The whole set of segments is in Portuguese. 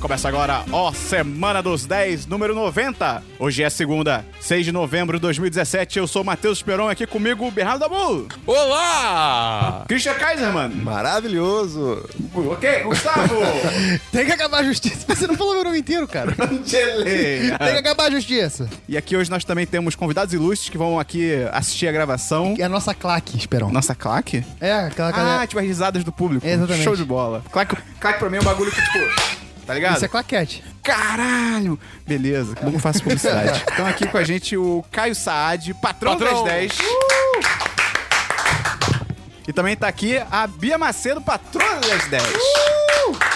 Começa agora, ó, Semana dos 10, número 90. Hoje é segunda, 6 de novembro de 2017. Eu sou o Matheus Peron, aqui comigo, Bernardo Dabu. Olá! Christian Kaiser, mano. Maravilhoso! Ok, Gustavo. Tem que acabar a justiça. Você não falou meu nome inteiro, cara. Angele. Tem que acabar a justiça. É, E aqui hoje nós também temos convidados ilustres que vão aqui assistir a gravação. É a nossa claque, Esperão. Nossa, claque? É, aquela Ah, cara. tipo, as risadas do público. É, exatamente. Show de bola. Claque, claque pra mim é um bagulho que, tipo, tá ligado? Isso é claquete. Caralho! Beleza, como eu faço publicidade? Estão Então aqui com a gente o Caio Saad, patrão, Patrão. das 10. E também tá aqui a Bia Macedo, patrona das 10.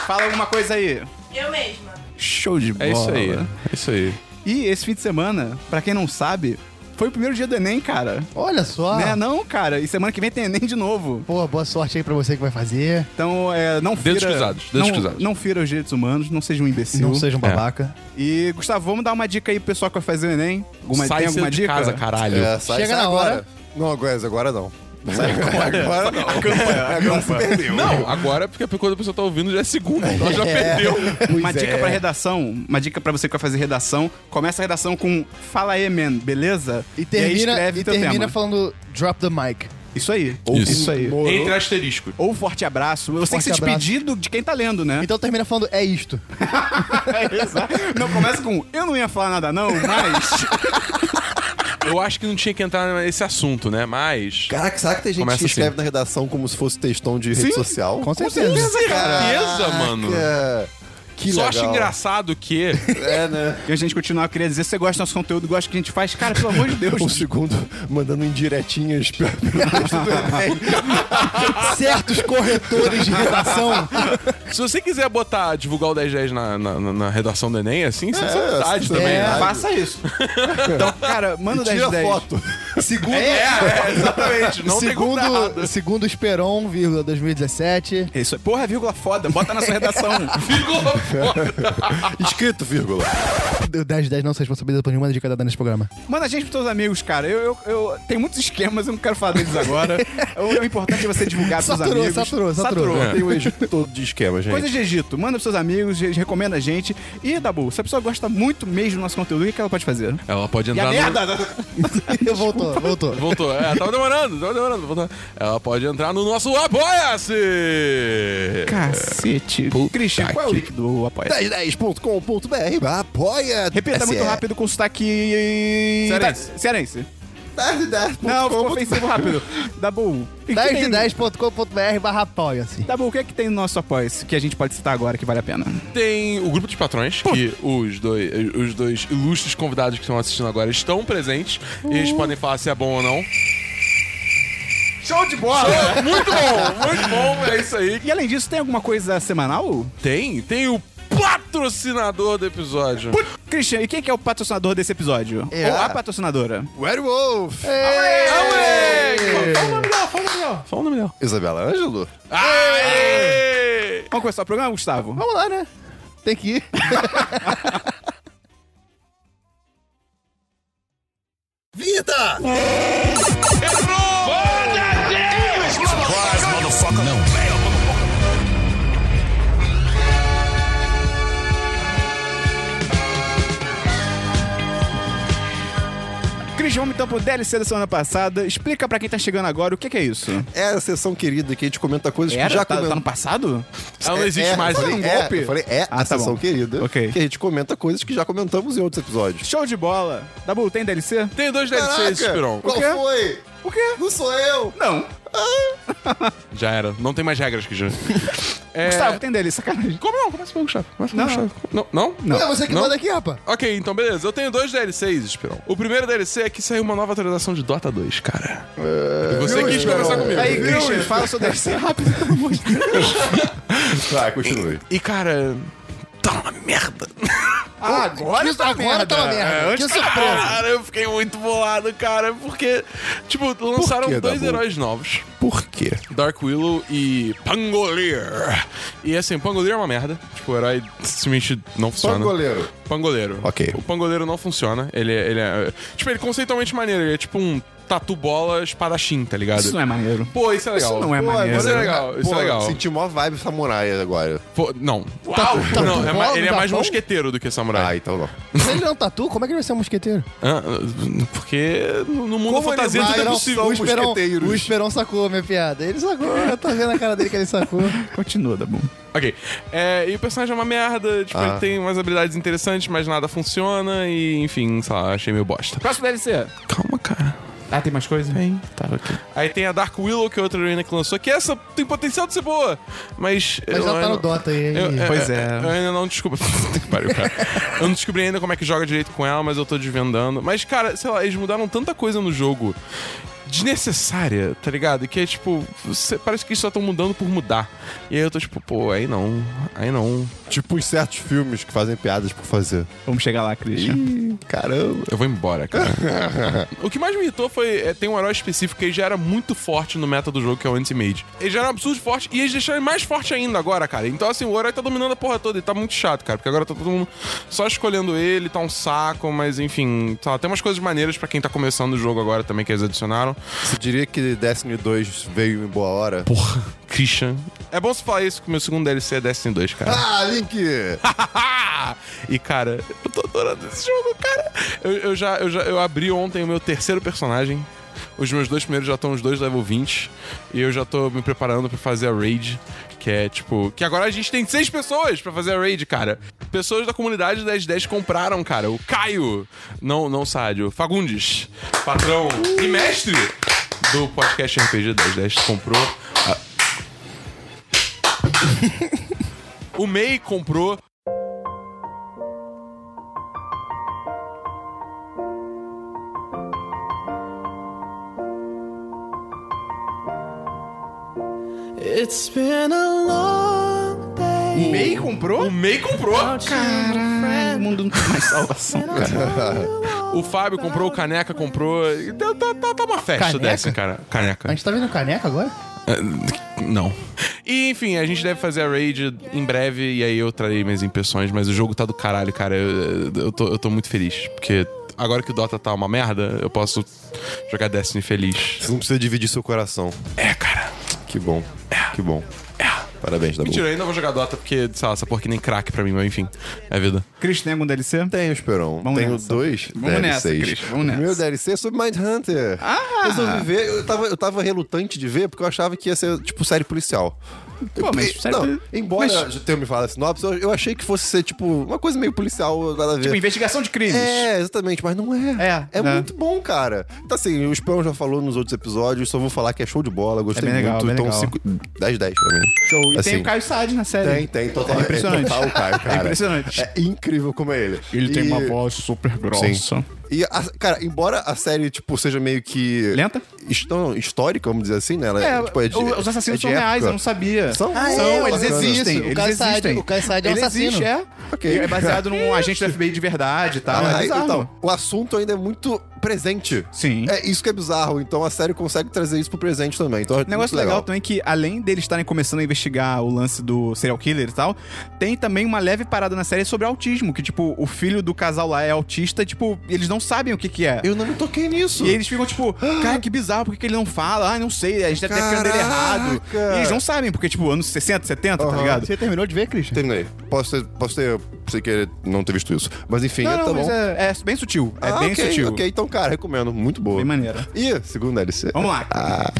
Fala alguma coisa aí. Eu mesma. Uh! Show de bola. É isso aí, é isso aí. E esse fim de semana, pra quem não sabe, foi o primeiro dia do Enem, cara. Olha só. Né? Não, cara. E semana que vem tem Enem de novo. Pô, boa sorte aí pra você que vai fazer. Então, é, não fira... Dedos cruzados, dedos não, cruzados. Não fira os direitos humanos, não seja um imbecil. Não seja um babaca. E, Gustavo, vamos dar uma dica aí pro pessoal que vai fazer o Enem? Alguma, Sai tem cedo alguma de dica? casa, caralho. É, sai, Chega sai na agora. hora. Não, agora, agora não. Agora não. Acampa, acampa. Não, agora é porque quando a pessoa tá ouvindo já é segunda, então já perdeu. Uma é. dica pra redação, uma dica pra você que vai fazer redação. Começa a redação com Fala aí, man, beleza? E termina, aí e escreve teu termina tema. falando drop the mic. Isso aí. Ou Isso. Isso aí. Morou. Entre asterisco. Ou forte abraço. Eu sei que Forte você é abraço. despedido de quem tá lendo, né? Então termina falando é isto. Exato. não, começa com Eu não ia falar nada não, mas... Eu acho que não tinha que entrar nesse assunto, né? Mas. Caraca, será que tem gente Começa que escreve assim. na redação como se fosse textão de Sim, rede social? Com certeza. certeza, Caraca, mano. Que Só legal. acho engraçado que. É, né? E a gente continuar, eu queria dizer, se você gosta do nosso conteúdo, gosta do que a gente faz, cara, pelo amor de Deus. Um segundo mandando indiretinhas pra... Ah. Certos corretores de redação. Se você quiser botar, divulgar o 10 10 na, na, na- na redação do Enem, assim, você é, vontade essa- também. é. né? Faça isso. Então, cara, manda o 10 Tira 10. foto. Segundo. É, é, exatamente. Não tem como dar errado. Segundo, segundo Esperon, vírgula 2017. Isso é porra, vírgula foda, bota na sua redação. Vírgula fora. Escrito, vírgula. O 1010 não se responsabiliza por nenhuma dica dada nesse programa. Manda a gente pros seus amigos, cara. Eu, eu, eu- tem muitos esquemas, eu não quero falar deles agora. o, o importante é você divulgar pros Saturou, amigos. saturou, saturou. É. Tem um Egito todo de esquema, gente. Coisas de Egito, manda pros seus amigos, eles recomendam a gente. E, Dabu, se a pessoa gosta muito mesmo do nosso conteúdo, o que que ela pode fazer? Ela pode E entrar a no. merda! voltou, voltou. Voltou. É, tava demorando, tava demorando. Voltou. Ela pode entrar no nosso Apoia-se! Cacete. Puta Cristian, qual é o que- link do apoia? 1010.com.br apoia Repita muito rápido com sotaque... Cearense. da- Cearense. 1010. Não, ficou ofensivo rápido. Dabu, e que tem- 1010.com.br barra apoia-se. Dabu, o que é que tem no nosso apoia-se que a gente pode citar agora que vale a pena? Tem o grupo de patrões, que os dois, os dois ilustres convidados que estão assistindo agora estão presentes. E Uh. eles podem falar se é bom ou não. Show de bola! né? Muito bom, muito bom, é isso aí. E além disso, tem alguma coisa semanal? Tem, tem o patrocinador do episódio. Christian, e quem que é o patrocinador desse episódio? É. Ou a patrocinadora? Werewolf. Aê! um Fala o nome dela, fala o nome dela. Fala o nome dela. Isabela Ângelo. Aê! Vamos começar o programa, Gustavo? Vamos lá, né? Tem que ir. Vida! Christian, vamos então pro DLC da semana passada. Explica pra quem tá chegando agora o que que é isso. É a sessão querida que a gente comenta coisas Era? que já tá, comentamos. tá no passado? Ela não existe é, mais, eu falei, né? é, golpe? eu falei, é Ah, a tá sessão bom. querida. Ok. Que a gente comenta coisas que já comentamos em outros episódios. Show de bola. Dabu, tem DLC? Tem dois É DLCs, Spiron. O quê? foi? O quê? Não sou eu! Não. Já era. Não tem mais regras que já. É... Gustavo, tem DLC, sacanagem. Como não? Começa pelo Gustavo. Começa pelo Não. Gustavo. Não? Não? Não. É você que Não? manda aqui, rapaz. Ok, então beleza. Eu tenho dois DLCs, Esperão. O primeiro DLC é que saiu uma nova atualização de Dota 2, cara. É, e você quis conversar comigo. Aí, Christian, fala o seu DLC rápido, pelo amor de Deus. Tá, continue. E, cara, tá uma merda. Agora Isso agora tá uma merda. que surpresa. Cara, eu fiquei muito bolado, cara, porque, tipo, lançaram quê, dois Dabu? heróis novos. Por quê? Dark Willow e Pangolier. E assim, o Pangolier é uma merda. Tipo, o herói simplesmente não funciona. goleiro. Pangoleiro. Ok. O pangoleiro não funciona. Ele, é- ele é. Tipo, ele é conceitualmente maneiro. Ele é tipo um tatu bola espadachim, tá ligado? Isso não é maneiro. Pô, isso é legal. Isso não é né? Pô, maneiro. isso é legal, isso é legal. Senti mó vibe samurai agora. Pô, não. Tatu- Tatu não, é ma- bola ele é no mais Japão? mosqueteiro do que Ah, samurai. então não. Se ele não tatua, como é que ele vai ser um mosqueteiro? Ah, porque no no mundo Como da fantasia ele vai- tudo é não possível. são o, Esperão, mosqueteiros. o Esperão sacou a minha piada. Ele sacou, eu tô vendo a cara dele que ele sacou. Continua, Dabu. Ok. É, e o personagem é uma merda, tipo, Ah. ele tem umas habilidades interessantes, mas nada funciona, e enfim, sei lá, achei meio bosta. Próximo DLC. Calma, cara. Ah, tem mais coisa? Tem. Tá, ok. Aí tem a Dark Willow, que é outra heroína que lançou, que essa tem potencial de ser boa, mas. Mas eu já tá no ainda- Dota aí. eu- Pois é. Eu ainda não descobri. Puta que pariu, cara. Eu não descobri ainda como é que joga direito com ela, mas eu tô desvendando. Mas, cara, sei lá, eles mudaram tanta coisa no jogo desnecessária, tá ligado? Que é tipo, você- parece que eles só estão mudando por mudar. E aí eu tô tipo, pô, aí não, aí não. Tipo os certos filmes que fazem piadas por fazer. Vamos chegar lá, Christian. Ih, caramba. Eu vou embora, cara. o que mais me irritou foi. é, tem um herói específico que ele já era muito forte no meta do jogo, que é o Anti-Mage. Ele já era um absurdo forte e eles deixaram ele mais forte ainda agora, cara. Então, assim, o herói tá dominando a porra toda e tá muito chato, cara. Porque agora tá todo mundo só escolhendo ele, tá um saco, mas enfim. Tá, tem umas coisas maneiras pra quem tá começando o jogo agora também que eles adicionaram. Você diria que Destiny 2 veio em boa hora? Porra, Christian. É bom você falar isso que o meu segundo DLC é Destiny 2, cara. Ah, Link! e, cara, eu tô adorando esse jogo, cara. Eu, eu já, eu já eu abri ontem o meu terceiro personagem. Os meus dois primeiros já estão os dois level 20. E eu já tô me preparando pra fazer a raid. Que é tipo. Que agora a gente tem seis pessoas pra fazer a raid, cara. Pessoas da comunidade 1010 compraram, cara. O Caio. Não, não Sádio. Fagundes. Patrão e mestre do podcast RPG 1010 comprou. a- O Mei comprou It's been a long day. Mei comprou? O May comprou. Caralho, o mundo não tem mais salvação, cara. O Fábio comprou, o Caneca comprou. E Tá, tá- tá- tá uma festa Caneca? dessa, cara. A Caneca. gente tá vendo caneca agora? Ah, Não. E, enfim, a gente deve fazer a raid em breve. E aí eu trarei minhas impressões. Mas o jogo tá do caralho, cara. Eu, eu tô, eu tô muito feliz. Porque agora que o Dota tá uma merda, eu posso jogar Destiny feliz. Você não precisa dividir seu coração. É, cara. Que bom. Que bom. É. Parabéns, Dabu. Mentira, eu ainda vou jogar Dota porque, sei lá, essa porra que nem craque pra mim. Mas, enfim, é vida. Christian, tem algum DLC? Tenho, Esperão. Vamos Tenho nessa. dois Vamos DLCs. nessa, Cris, vamos nessa. O meu DLC é sobre Mindhunter. Ah! Resolvi ver. Eu tava, eu tava relutante de ver porque eu achava que ia ser, tipo, série policial. Pô, mas E- série não, poli- embora mas- já tenha me falado a sinopse, eu, eu achei que fosse ser, tipo, uma coisa meio policial, nada a ver. Tipo, investigação de crimes. É, exatamente, mas não é. É, É, né? muito bom, cara. Então, assim, o Esperão já falou nos outros episódios, só vou falar que é show de bola, gostei É bem legal, muito. bem então, legal. 10 10 pra mim. Show. E tem Assim, o Caio Saad na série. Tem, tem, total. É impressionante. É total, Caio, cara. É impressionante. É incrível como é ele. E- voz super Sim. E, a- cara, embora a série, tipo, seja meio que... Lenta? his- não, histórica, vamos dizer assim, né? Ela, É, tipo, é de- os assassinos é de são reais, época. eu não sabia. São? Ah, são é, eles bacana. existem. Isso, o eles Caio Saad- existem. o Caio Saad é um Ele assassino. existe, é. Ok. É baseado num agente da FBI de verdade e tal. Ah, é bizarro. então, o assunto ainda é muito presente. Sim. É isso que é bizarro. Então a série consegue trazer isso pro presente também. Então é Um negócio muito legal. também é que, além deles estarem começando a investigar o lance do serial killer e tal, tem também uma leve parada na série sobre autismo, que, tipo, o filho do casal lá é autista, e, tipo, eles não sabem o que que é. Eu não me toquei nisso. E eles ficam tipo, cara, que bizarro, por que, que ele não fala? Ah, não sei, a gente deve ter ficando dele errado. E Caraca! eles não sabem, porque, tipo, anos 60, 70, tá Aham. ligado? Você terminou de ver, Christian? Terminei. Posso ter, posso ter, sei que não ter visto isso. Mas enfim, Não, é, não, tá mas bom. é, é bem sutil. É Ah, bem ok, sutil. Ok, então, cara, recomendo. Muito boa. Bem maneira. E, segundo DLC. Vamos lá. Ah.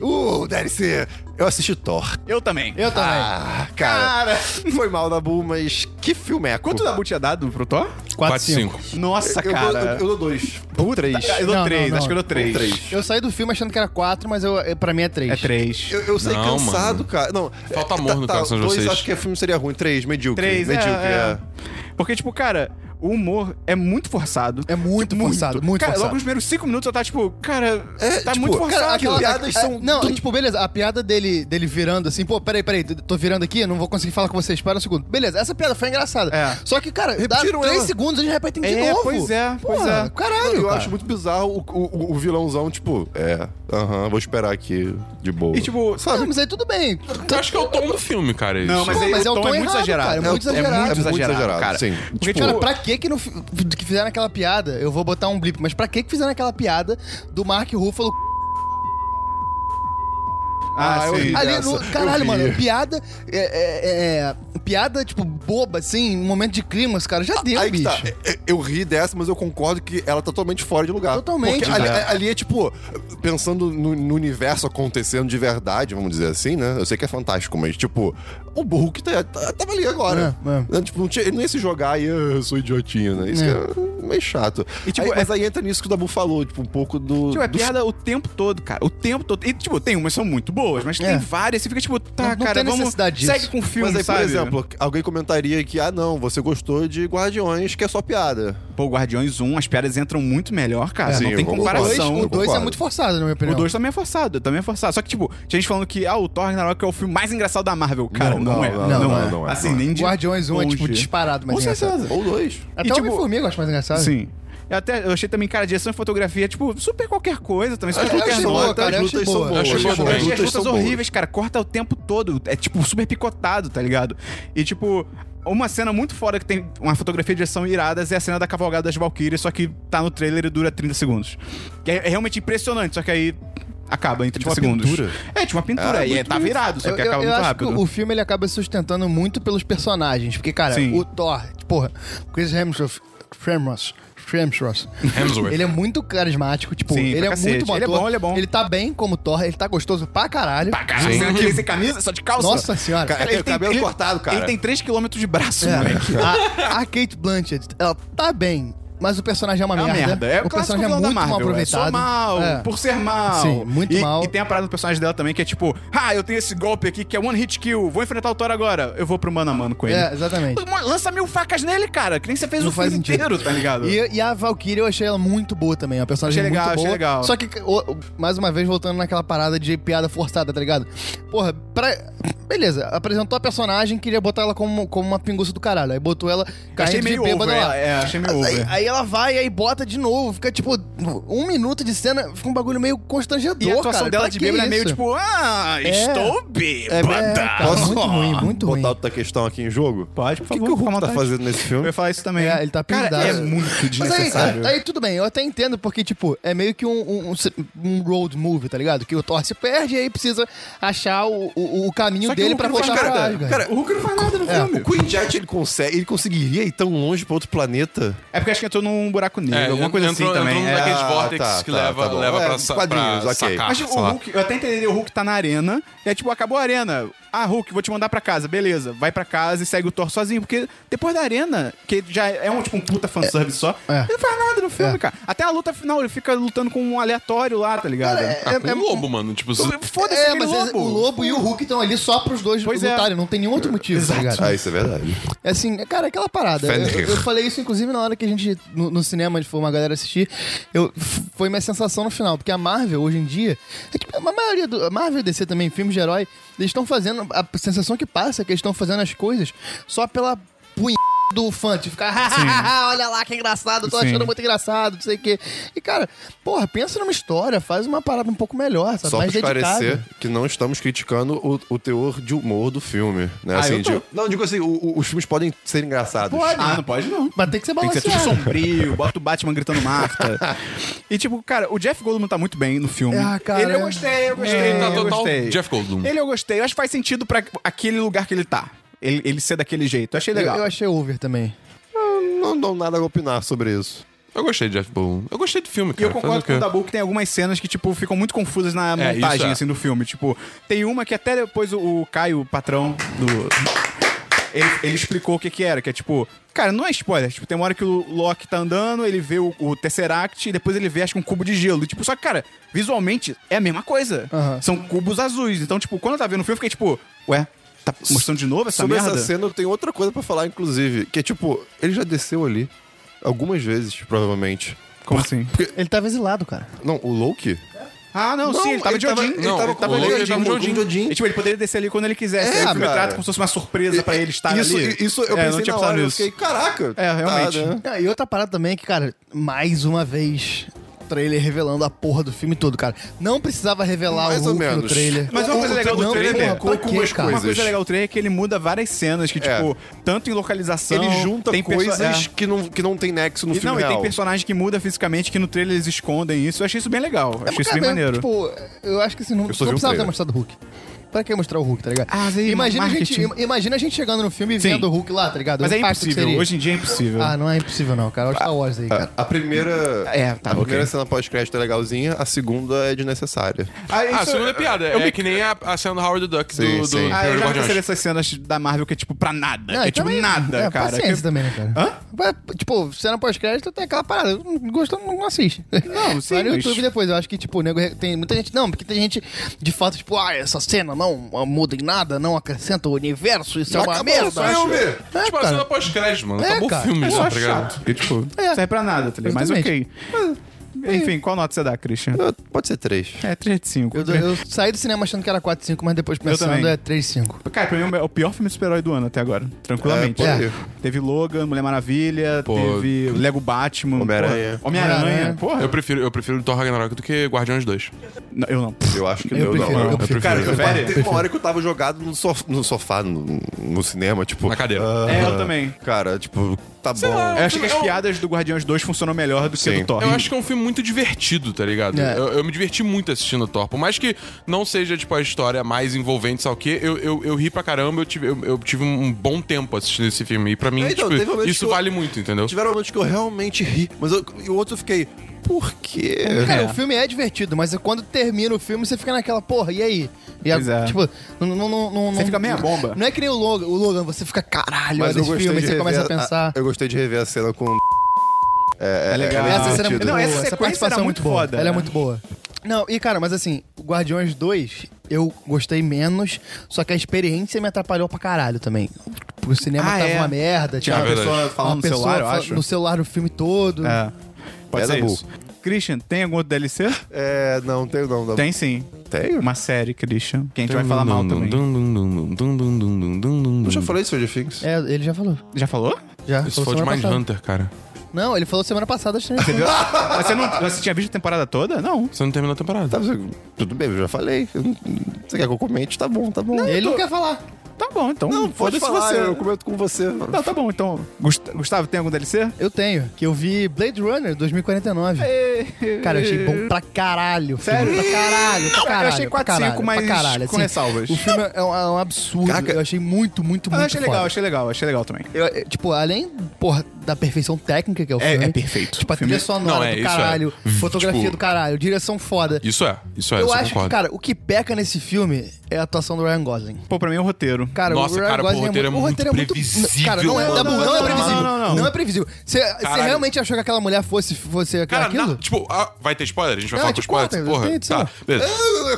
Uh, DLC. Eu assisti Thor. Eu também. Eu também. Ah, cara. Foi mal da Bull, mas que filmeco. Quanto da tinha dado pro Thor? 4, 5. 4-5. Nossa, eu, dou, cara. eu, eu dou dois. Ou três. Eu dou Não, três, não, acho que eu dou não. três. Três. Eu saí do filme achando que era 4, mas eu, eu- pra mim é 3. É três. Eu, eu sei Não, cansado, mano. cara. Não. é, tá, Falta amor no coração de dois, vocês. acho que o filme seria ruim. Três, medíocre. Três, é, medíocre, é. Porque, tipo, cara, o humor é muito forçado. É muito forçado, muito cara, forçado. Logo nos primeiros cinco minutos eu tava, tipo, cara, É, tá tipo, é, muito forçado. Cara, aquela, piadas a- são Não, do- tipo, beleza, a piada dele, dele virando assim, pô, peraí, peraí, tô virando aqui, não vou conseguir falar com vocês, para um segundo. Beleza, essa piada foi engraçada. É. Só que, cara, dá Repetiram 3 ela. segundos eles repetem de É, novo. pois é, Porra, pois é. Caralho. Eu cara. acho muito bizarro o, o- o vilãozão, tipo, é, aham, vou esperar aqui de boa. E, tipo, Não, mas aí tudo bem. Tipo, Eu acho que é o tom do filme, cara. Isso. Não, mas, Pô, aí mas o é um tom tom é muito errado, exagerado. cara, é muito exagerado. É muito É muito exagerado, exagerado, cara. sim. Porque, Tipo, tipo, Cara, pra quê? que que, não, fi- que fizeram aquela piada? Eu vou botar um blip, mas pra que que fizeram aquela piada do Mark Ruffalo Ah, sim. Ali é Essa no, eu caralho, vi. mano, piada. É, é- é- piada, tipo, boba, assim, um momento de clima, cara, já deu, Aí que bicho. tá. É, é, Eu ri dessa, mas eu concordo que ela tá totalmente fora de lugar. Totalmente, Porque ali, né? ali é tipo, pensando no, no universo acontecendo de verdade, vamos dizer assim, né? Eu sei que é fantástico, mas tipo, o Hulk tá, tá, tava ali agora. É, Né? Tipo, não tinha, ele não ia se jogar e "Ah, eu sou idiotinho, né? Isso É. que é meio chato. E, tipo, Aí- mas aí entra nisso que o Dabu falou, tipo, um pouco do. Tipo, é do piada o tempo todo, cara. O tempo todo. E, tipo, tem umas que são muito boas, mas É. tem várias. Você fica, tipo, tá, Não- não cara, tem vamos... necessidade disso. Segue com o filme, Mas aí, sabe? por exemplo, alguém comentaria que, ah, não, você gostou de Guardiões, que é só piada. Pô, Guardiões 1, as piadas entram muito melhor, cara. É, não sim, tem eu dois- comparação. o 2 é concordo. muito forçado, na minha O opinião. 2 também é forçado, também é forçado. Só que, tipo, tinha gente falando que ah, o Thor Ragnarok é o filme mais engraçado da Marvel. Cara, não, Não, não, é. não, não, é. não é, Assim, não é. nem de Guardiões 1 é, tipo, longe. disparado, mas Com engraçado. certeza. Ou dois. Até E, o tipo, Homem-Formiga eu acho mais engraçado. Sim. Eu até eu achei também, cara, direção e fotografia, tipo, super qualquer coisa também, super Eu qualquer achei nota. é boa, cara, eu achei as lutas são boa. boas. Eu achei as boa Eu achei também. as lutas lutas são boas. horríveis, cara. Corta o tempo todo. É tipo super picotado, tá ligado? E tipo, uma cena muito foda que tem uma fotografia de direção iradas é a cena da cavalgada das Valkyrias, só que tá no trailer e dura 30 segundos. Que é, é realmente impressionante, só que aí acaba em 30 uma segundos. pintura? É, tipo uma pintura. Ah, e é, muito tá bonito. virado, só Eu, que eu- acaba eu muito acho rápido. que o filme ele acaba se sustentando muito pelos personagens. Porque, cara, Sim. o Thor, tipo, porra, o Chris Hemsworth, Hemsworth, Hemsworth, Hemsworth. ele é muito carismático, tipo, Sim, ele pra é cacete. muito bom Ele é ator, bom, ele é bom. Ele tá bem como Thor, ele tá gostoso pra caralho. Pra caralho, Sim. sendo que ele sem camisa, só de calça. Nossa senhora. Cara, é cabelo cortado, cara. Ele tem 3km de braço, É, moleque. a, a Kate Blanchett, ela tá bem, mas o personagem é uma É uma merda. merda. É o, o clássico personagem é vilão muito da Marvel. mal É, aproveitado. sou mal, É. por ser mal. Sim, muito e, mal. E tem a parada do personagem dela também que é tipo, ah, eu tenho esse golpe aqui que é one hit kill, vou enfrentar o Thor agora, eu vou pro mano a mano com ele. É, exatamente. Lança mil facas nele, cara, que nem você fez Não o faz filme sentido. inteiro, tá ligado? E, e a Valkyrie eu achei ela muito boa também, é uma personagem Achei legal, muito achei boa. legal. Só que, o- o- mais uma vez, voltando naquela parada de piada forçada, tá ligado? Porra, pra... beleza, apresentou a personagem, queria botar ela como, como uma pinguça do caralho. Aí botou ela achei carregada de meio bêbada over. lá. É, é, achei meio Aí, over. aí ela vai, aí bota de novo, fica tipo um minuto de cena, fica um bagulho meio constrangedor. E a atuação cara. dela Pra de que bêbada é meio isso? tipo, ah, estou É, bêbada. é, cara, muito ruim, muito ruim. Botar outra questão aqui em jogo? Pode, por O que, favor, que o fica à Hulk tá vontade. fazendo nesse Eu filme? ia falar isso também. É, ele tá Cara, apelidado. é muito Mas aí, desnecessário. aí tudo bem, eu até entendo, porque, tipo, é meio que um, um- um se- um road movie, tá ligado? Que o Thor se perde e aí precisa achar o, o- o caminho Só que dele o pra Hulk voltar não faz pra nada. Asgard. Cara, o Hulk é não faz nada no o Queen Jet, ele consegue. Ele conseguiria ir tão longe pra outro planeta? É porque acho que entrou num buraco negro, É, alguma coisa entrou- assim também. Entrou É. num daqueles Ah, vórtex tá, que tá, leva, tá bom. leva É, pra, dos sa- quadrinhos, pra ok. sacar. Mas o Ah, sei lá. Hulk, eu até entendi, o Hulk tá na arena, e é tipo, acabou a arena. Ah, Hulk, vou te mandar pra casa. Beleza, vai pra casa e segue o Thor sozinho. Porque depois da arena, que já é um tipo um puta fanservice só, É. ele não faz nada no filme, É. cara. Até a luta final, ele fica lutando com um aleatório lá, tá ligado? Ah, com um lobo, mano. Tipo, se- Foda-se, É, aquele mas é- lobo. o Lobo e o Hulk estão ali só pros dois Pois é. lutarem, não tem nenhum outro motivo, tá ligado? Ah, isso é verdade. É assim, cara, aquela parada. Eu, Fender. eu- eu falei isso, inclusive, na hora que a gente, no, no cinema, onde foi uma galera assistir, eu, f- foi minha sensação no final. Porque a Marvel, hoje em dia, é que a maioria do. A Marvel e DC também, filmes de herói, eles estão fazendo. A sensação que passa é que eles estão fazendo as coisas só pela punhada do fã, de ficar, "Ah, olha lá que engraçado, tô Sim. achando muito engraçado, não sei o quê. E, cara, porra, pensa numa história, faz uma parada um pouco melhor, sabe? Só pra Mais esclarecer dedicada. que não estamos criticando o, o teor de humor do filme. Né? Assim, Ah, eu tô. digo- não, digo assim, o- o- os filmes podem ser engraçados. Ah, não pode não. Mas tem que ser Tem que ser tudo um balanceado. sombrio, bota o Batman gritando Marta. e tipo, cara, o Jeff Goldman tá muito bem no filme. Ah, cara, ele eu é- gostei, eu gostei. Ele tá eu total gostei. Jeff Goldblum. Ele eu gostei. Eu acho que faz sentido pra aquele lugar que ele tá. Ele, ele ser daquele jeito. Eu achei Eu, legal. eu achei over também. Não dou nada a opinar sobre isso. Eu gostei de Jeff Goldblum. Eu gostei do filme, E cara. eu Fazer concordo o com o quê? Dabu que tem algumas cenas que, tipo, ficam muito confusas na É, montagem, isso é. assim, do filme. Tipo, tem uma que até depois o, o Caio, o patrão do... Ele, ele explicou o que que era, que é tipo... Cara, não é spoiler. Tipo, tem uma hora que o Loki tá andando, ele vê o, o Tesseract e depois ele vê, acho que um cubo de gelo. E, tipo, só que, cara, visualmente é a mesma coisa. Aham. São cubos azuis. Então, tipo, quando eu tava vendo o filme, eu fiquei tipo... Ué, tá mostrando de novo essa sobre merda? essa cena eu tenho outra coisa pra falar, inclusive. Que é tipo, ele já desceu ali. Algumas vezes, provavelmente. Como assim? Ele tava exilado, cara. Não, o Loki? Ah, não, sim, ele tava de Odin. Ele não, tava ele com tava o de Loki, ele Odin, tava com o Odin. Odin. E, tipo, ele poderia descer ali quando ele quisesse. É, aí o filme cara. trata como se fosse uma surpresa pra ele estar isso, ali. Isso eu É, pensei na hora, eu nisso. fiquei, caraca. É, realmente. tá, né? Ah, E outra parada também é que, cara, mais uma vez, trailer revelando a porra do filme todo, cara. Não precisava revelar Mais o ou Hulk no menos. trailer. Mas uma coisa O- legal do não, trailer, é porra, pra por algumas quê, cara? Uma coisa coisas. legal do trailer é que ele muda várias cenas, que, É. tipo, tanto em localização. Ele junta tem perso- coisas é. que, não, que não tem nexo no E filme não, e real. tem personagem que muda fisicamente, que no trailer eles escondem isso. Eu achei isso bem legal. Eu É, achei isso cara, bem maneiro. Tipo, eu acho que assim, não, não só vi um precisava ter trailer. mostrado o Hulk. Pra que mostrar o Hulk, tá ligado? Ah, mas aí, imagina, a gente, marketing. im- imagina a gente chegando no filme e Sim. vendo o Hulk lá, tá ligado? Mas O é impacto que impossível. seria. Hoje em dia Ah, é impossível. Ah, não é impossível não, cara. Olha o Star Wars aí, cara. A primeira. É, tá, a ok. primeira cena pós-crédito é legalzinha, a segunda é desnecessária. Ah, a segunda é piada. É que nem a, a cena do Howard the Duck do, Sim, do sim. Primeiro Ah, eu já Guardiões. percebi essas cenas da Marvel que é tipo pra nada. Não, é e tipo também- nada, é, cara. Paciência Que- também, né, cara? Hã? Vai- Tipo, cena pós-crédito tem aquela parada. Não gostou, não assiste. Não, sim, Vai no mas- YouTube depois. Eu acho que, tipo, o nego re- tem muita gente. Não, porque tem gente de fato, tipo, ah, essa cena não ah, muda em nada, não acrescenta o universo, isso é uma merda. né? É, Tipo, a cara. cena pós-crédito, mano. É, Acabou cara. o filme Eu já, tá acho chato. ligado? Porque, tipo, É. serve pra nada, tá ligado? Mas ok. Exatamente. Enfim, qual nota você dá, Christian? Ah, Pode ser três. É 3 de 5. Eu, eu saí do cinema achando que era 4,5, mas depois pensando também. é 3,5. Cara, pra mim é o pior filme de super-herói do ano até agora, tranquilamente. É, pode É. ir. Teve Logan, Mulher Maravilha, Pô. teve Lego Batman, Homem-Aranha. porra. Homem-Aranha, Homem-Aranha. porra. Eu prefiro, eu prefiro Thor Ragnarok do que Guardiões 2. Não, eu não. Eu acho que Eu não, prefiro, não. eu prefiro. Cara, eu Cara, prefiro. teve uma hora que eu tava jogado no, sof- no sofá, no, no cinema, tipo. Na cadeira. ah, É, eu também. É. Cara, tipo, tá bom. lá, Eu acho que as Eu- piadas do Guardiões 2 funcionam melhor do que Sim. do Thor. Eu acho que é um filme muito divertido, tá ligado? É. Eu, eu me diverti muito assistindo o Thor. Por mais que não seja, tipo, a história mais envolvente, sabe o quê? Eu, eu, eu ri pra caramba, eu tive, eu, eu tive um bom tempo assistindo esse filme. E pra mim, É, então, teve tipo, momentos isso que eu- vale muito, entendeu? Tiveram momentos que eu realmente ri, mas eu, e o outro eu fiquei, por quê? Cara, o filme é divertido, mas quando termina o filme, você fica naquela, porra, e aí? E a- Pois é. Tipo, não, não, não, não- Você fica meia bomba. Não é que nem o Logan, o Logan você fica, caralho, Mas olha eu esse gostei filme, aí de você começa a rever pensar. Eu gostei de rever a cena com. É, É legal. Essa cena é muito divertido. Não, boa, essa essa, sequência participação era é muito muito boa. foda, Ela é né? muito boa. Não, e cara, mas assim, o Guardiões 2, eu gostei menos, só que a experiência me atrapalhou pra caralho também. O cinema Ah, tava é. uma merda, Tinha uma verdade. pessoa uma falando no pessoa celular, eu fa- acho. no celular o filme todo. É. Pode É ser da isso. Christian, tem algum outro DLC? É, não, tem não. não. Tem sim. Tenho? Uma série, Christian, que a gente vai falar mal também. Eu já falei isso, de Things. É, ele já falou. Já falou? Já. Isso foi falou de semana passada. Mindhunter, cara. Não, ele falou semana passada, acho que Mas você, não, você tinha visto a temporada toda? Não. Você não terminou a temporada. Tá, você- tudo bem, eu já falei. Eu não- Você quer que eu comente? Tá bom, tá bom. Ele não quer falar. Tá bom, então. Não, pode foda-se falar, você. eu comento com você. Não, tá bom, então. Gust- Gustavo, tem algum DLC? Eu tenho, que eu vi Blade Runner 2049. Cara, eu achei bom pra caralho. o filme. É. Sério? Pra caralho, pra caralho. Eu achei pra 4, caralho, 5, mas pra caralho, com assim. ressalvas. O filme é um, é um absurdo. Caraca. Eu achei muito, muito, muito Ah, achei foda. legal, achei legal, achei legal também. Eu, é, tipo, além, porra, da perfeição técnica que é o É- filme. é perfeito. Tipo, a O filme- trilha sonora Não, é, do isso é. caralho, V- fotografia tipo- do caralho, direção foda. Isso é, isso é, eu isso acho concordo. que, cara, o que peca nesse filme é a atuação do Ryan Gosling. Pô, pra mim é o roteiro. Cara, Nossa, o Ryan cara, pô, Gosling o roteiro é muito Não, previsível, Cara, não é, mano. tá bom, não, é Não, não, previsível. não, Não, não, não. é previsível. Você você Caralho. realmente achou que aquela mulher fosse, fosse Cara, é aquilo? na- tipo, ah, vai ter spoiler? A gente vai Não, falar te com spoiler? conta, Porra, tem, sei tá, lá. beleza.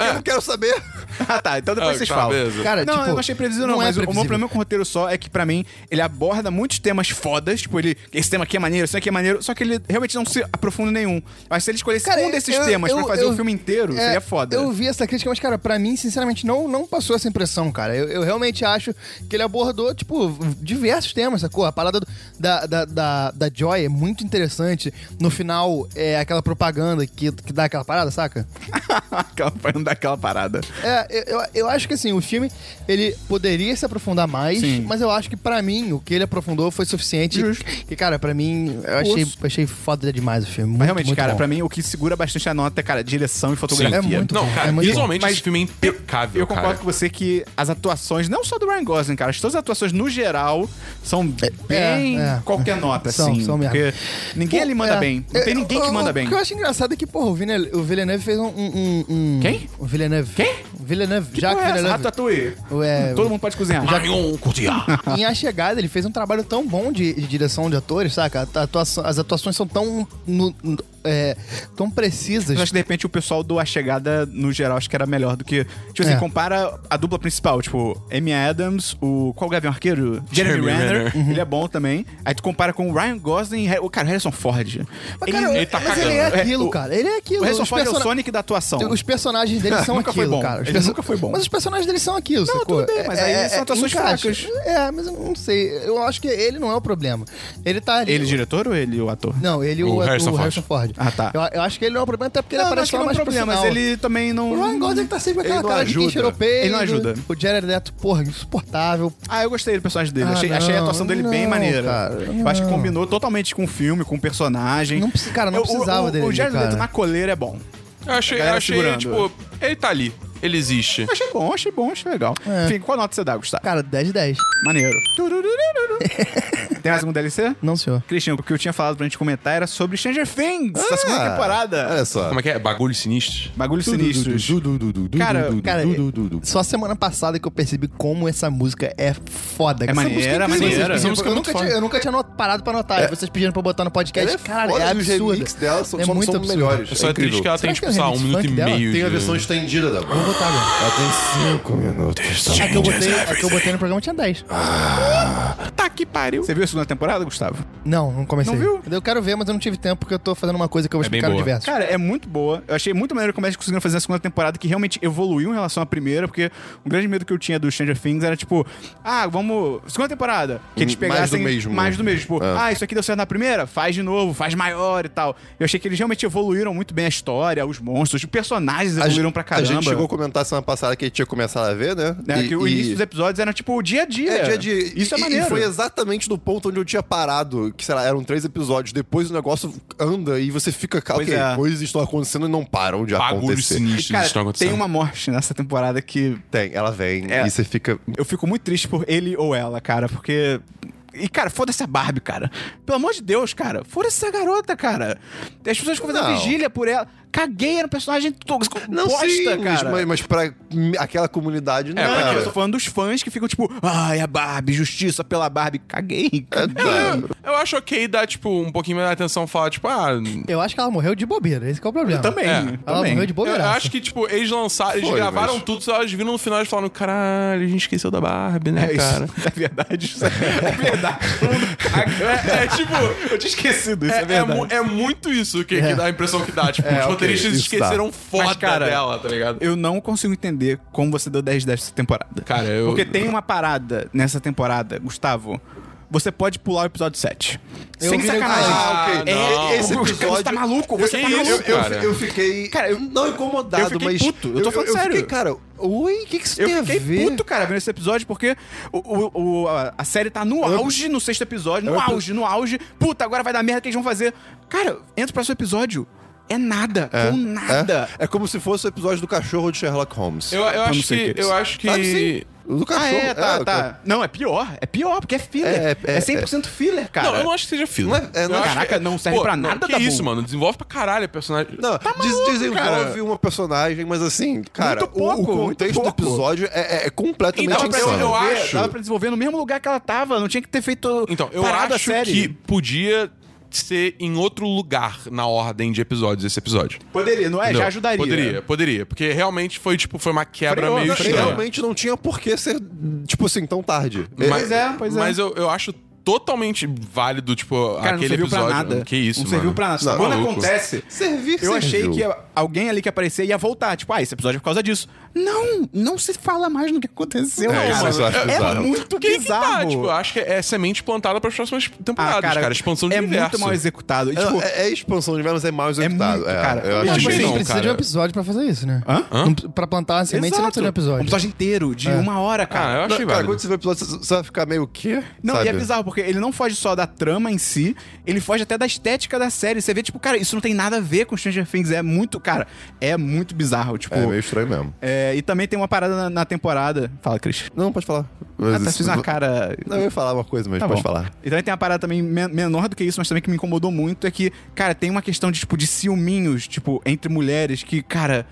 Eu não quero saber. Ah, tá. Então depois Ah, vocês tá, falam. beleza. Cara, não, tipo, eu não achei previsível, não. não é mas o- o meu previsível. problema com o roteiro só é que, pra mim, ele aborda muitos temas fodas. Tipo, ele. Esse tema aqui é maneiro, esse aqui é maneiro. Só que ele realmente não se aprofunda em nenhum. Mas se ele escolhesse Cara, um desses eu- temas eu- pra fazer eu- é, um filme inteiro, seria foda. Eu vi essa crítica, mas, cara, pra mim, sinceramente, não, não passou essa impressão, cara. Eu, eu realmente acho que ele abordou, tipo, diversos temas, sacou? A parada do- da, da, da, da Joy é muito interessante. No final, é aquela propaganda que, que dá aquela parada, saca? Aquela- pra não dar aquela parada. É, eu, eu, eu acho que, assim, o filme, ele poderia se aprofundar mais, Sim. mas eu acho que, pra mim, o que ele aprofundou foi suficiente. Justo. E, cara, pra mim, eu achei, Osso. achei foda demais o filme. Muito, Mas realmente, muito cara, bom. pra mim o que segura bastante a nota é, cara, direção e Sim. fotografia. É muito não, bom, cara, é muito bom. visualmente Mas esse filme é impecável, Eu concordo cara. com você que as atuações, não só do Ryan Gosling, cara, as todas as atuações no geral são bem é, é. qualquer nota, São, assim. são mesmo. Porque ninguém ali manda É. bem. Não tem É, ninguém que o- manda o bem. que eu acho engraçado é que, porra, o Villeneuve, o Villeneuve fez um, um- um- um- Quem? O Villeneuve. Quem? O Villeneuve. Porra, é Jacques essa Ah, Villeneuve. Ratatouille. Ué, Todo mundo pode cozinhar. Marion Cotillard. tá, em A Chegada, ele fez um trabalho tão bom de, de direção de atores, saca? A atuação- as atuações são tão... no- no- é, tão precisas. Mas acho que de repente o pessoal do A Chegada, no geral, acho que era melhor do que. Tipo assim, É. compara a dupla principal, tipo, Amy Adams, o. Qual o Gavião Arqueiro? Jeremy, Jeremy Renner. Uhum. Renner. Ele é bom também. Aí tu compara com o Ryan Gosling e. Har- O cara, Harrison Ford. Mas, cara, ele tá mas cagando. ele é É, aquilo, o- cara. Ele é aquilo. O Harrison Os Ford é o persona- Sonic da atuação. Os personagens dele são Nunca foi aquilo, bom. cara. Os Ele nunca foi bom. Mas os personagens dele são aquilo, Não, sacou? É, tudo bem, mas aí são atuações encaixa. fracas. É, mas eu não sei. Eu acho que ele não é o problema. Ele tá ali. Ele, diretor ou ele, o ator? Não, ele e o, O o Harrison Harrison, Ford. Ford. dele. Ah, tá. Eu, eu acho que ele não é um problema, até porque ele Não, aparece acho que lá não é um mais pro problema, mas final. ele também não. O Ryan Gosling tá sempre com Ele aquela não cara de quem ajuda. cheirou peido. Ele não ajuda. O Jared Leto, porra, insuportável. Ah, eu gostei do personagem dele. Ah, achei, achei a não, atuação dele bem não, maneira. cara, eu acho que não. combinou totalmente com o filme, com o personagem. Não precisa- cara, não Eu- precisava o, o, dele O ali, Jared Leto cara. na coleira é bom. Eu achei, A galera eu achei segurando. tipo, ele tá ali. Ele existe. Achei bom, achei bom, achei legal. É. Enfim, qual nota você dá, Gustavo? Cara, 10 de 10. Maneiro. Turururururu. Tem mais algum DLC? Não, senhor. Christian, o que eu tinha falado pra gente comentar era sobre Stranger Things, da Ah. segunda temporada. É. Olha só. Como é que é? Bagulho sinistro. Bagulhos sinistros. Cara, Cara, cara, Só a semana passada que eu percebi como essa música é foda. É Essa maneira, música é maneira. É. incrível. Vocês Essa pediram- música é eu, muito nunca tinha, foda. eu nunca tinha not- parado pra anotar. Vocês pediram pra eu botar no podcast. Caralho, é Os absurda. remixes dela são, É são muito absurdo. Uhum. melhores. Só é triste que ela tem, tipo, Será que é o só um remix minuto e funk dela? meio. Tem a de- versão estendida da Vou botar agora. Ela tem 5 minutos. A que, eu botei, a que eu botei no programa tinha 10. Tá que pariu. Você viu a segunda temporada, Gustavo? Não, não comecei. Não viu? Eu quero ver, mas eu não tive tempo porque eu tô fazendo uma coisa que eu vou É bem explicar no boa. diverso. Cara, é muito boa. Eu achei muito maneiro como eles conseguiram fazer a segunda temporada que realmente evoluiu em relação à primeira, porque o grande medo que eu tinha do Stranger Things era tipo, ah, vamos. Segunda temporada. Que eles Mais do pegassem mesmo. É. mais do mesmo. Tipo, ah, isso aqui deu certo na primeira? Faz de novo, faz maior e tal. Eu achei que eles realmente evoluíram muito bem a história, os monstros, os personagens evoluíram pra caramba. A gente chegou a comentar semana passada que a gente tinha começado a ver, né? né? que o início dos episódios era tipo o dia a dia. É, dia de, Isso é e- maneiro. E foi exatamente no ponto onde eu tinha parado, que sei lá, eram três episódios. Depois o negócio anda e você fica, cara, Pois ok, é. coisas estão acontecendo e não param de Bagulho acontecer. sinistro tá Cara, isso não aconteceu. tem uma morte nessa temporada que Tem, ela vem É. e você fica. eu fico muito triste por ele ou ela, cara, porque. E, cara, foda-se a Barbie, cara. Pelo amor de Deus, cara. Foda-se essa garota, cara. As pessoas ficam fazendo Não. vigília por ela. Caguei, era um personagem tóxico. Não bosta, sim, cara. Mas, mas pra hum, aquela comunidade, não. pra Aqui cara. eu tô falando dos fãs que ficam tipo, ai, a Barbie, justiça pela Barbie. Caguei. É, tá. Eu acho ok dar, tipo, um pouquinho mais de atenção falar, tipo, ah. eu- Eu acho que ela morreu de bobeira, esse que é o problema. Também, É. Ela também. morreu de Eu, bobeira. acho que, tipo, eles lançaram, eles Foi, gravaram mas- tudo, só eles viram no final e falaram, caralho, a gente esqueceu da Barbie, né, É isso. cara? É verdade. Isso é é verdade. Todo mundo caga. É, é, tipo, eu tinha Esquecido, isso é, É, é, verdade. mu- é muito isso que, que dá a impressão que dá. Tipo, os ok, roteiristas isso esqueceram foda Mas, cara, dela, tá ligado? Eu não consigo entender como você deu 10 de 10 essa temporada. Cara, eu- Porque tem uma parada nessa temporada, Gustavo. Você pode pular o episódio 7. Eu Sem vi sacanagem. no- Ah, Ah, ok. não. É, Esse Ô, Gustavo, episódio. Você tá maluco? Você tá eu- maluco? Eu, eu, Cara. eu fiquei. Cara, eu- não incomodado, eu fiquei mas. puto, eu tô falando eu sério. Fiquei, cara, oi, o que, que isso Eu tem fiquei a ver? puto, cara, vendo esse episódio, porque o, o- o- a, a série tá no auge, no sexto episódio, no auge, no auge. Puta, agora vai dar merda, o que eles vão fazer? Cara, entra pro próximo episódio, é nada, com nada. É, é como se fosse o episódio do cachorro de Sherlock Holmes. Eu, eu não acho sei que. o que é Eu isso. acho que. Sabe, sim. O do cachorro. Ah, é, tá, o tá. Não, é pior, é pior, porque é filler. É, É, é, é. 100% filler, cara. Não, eu não acho que seja filler. Não é- é, não Eu é- acho que- Caraca, não serve pra nada, Que Dabu. isso, mano? Desenvolve pra caralho a personagem. Não, des- desenvolve uma personagem, mas assim, cara, Tá Muito o- pouco, o, muito contexto do pouco. episódio é, é- é completamente Então, pra insano. eu- eu desenvolver, acho- Dava pra desenvolver no mesmo lugar que ela tava. Não tinha que ter feito Então, eu parado a acho série. que podia ser em outro lugar na ordem de episódios esse episódio. Poderia, não é? Entendeu? Já ajudaria. Poderia, poderia. Porque realmente foi, tipo, foi uma quebra Freou, meio né? estranha. Realmente não tinha por que ser, tipo assim, tão tarde. Pois é, pois é. Mas eu, eu acho totalmente válido, tipo, Cara, não aquele serviu episódio. pra nada. Que isso, Não serviu mano. pra nada. Não, Quando maluco. acontece... É, Servir, Eu achei serviu. que é, alguém ali que aparecer ia voltar. Tipo, ah, esse episódio é por causa disso. Não! Não se fala mais no que aconteceu, É, cara. isso eu acho é bizarro. muito Que que bizarro. Ah, tá? Tipo, eu acho que é semente plantada para as próximas temporadas, cara, Expansão de é universo. muito mal executado. E, É, tipo, é, é expansão de Vênus, é mal executado. muito, cara. eu Não, acho mas que assim, sim. não não, precisa cara. de um episódio pra fazer isso, né? Hã? Não, pra plantar uma semente, você não exato. precisa de um Um episódio. episódio inteiro, de uma hora, Ah, cara. eu achei Não, cara, válido. quando você vê o episódio, você- você vai ficar meio o quê? Não, Sabe? e é bizarro, porque ele não foge só da trama em si, ele foge até da estética da série. Você vê, tipo, cara, isso não tem nada a ver com Stranger Things. É muito, cara, é muito bizarro, tipo. É meio estranho mesmo. é, e também tem uma parada na, na temporada. Fala, Cris. Não, pode falar. Ah, Mas tá, isso- fiz uma cara. Não, eu ia falar uma coisa, mas Tá pode bom. falar. E também tem uma parada também men- menor do que isso, mas também que me incomodou muito, é que, cara, tem uma questão de, tipo, de ciúminhos, tipo, entre mulheres, que, cara,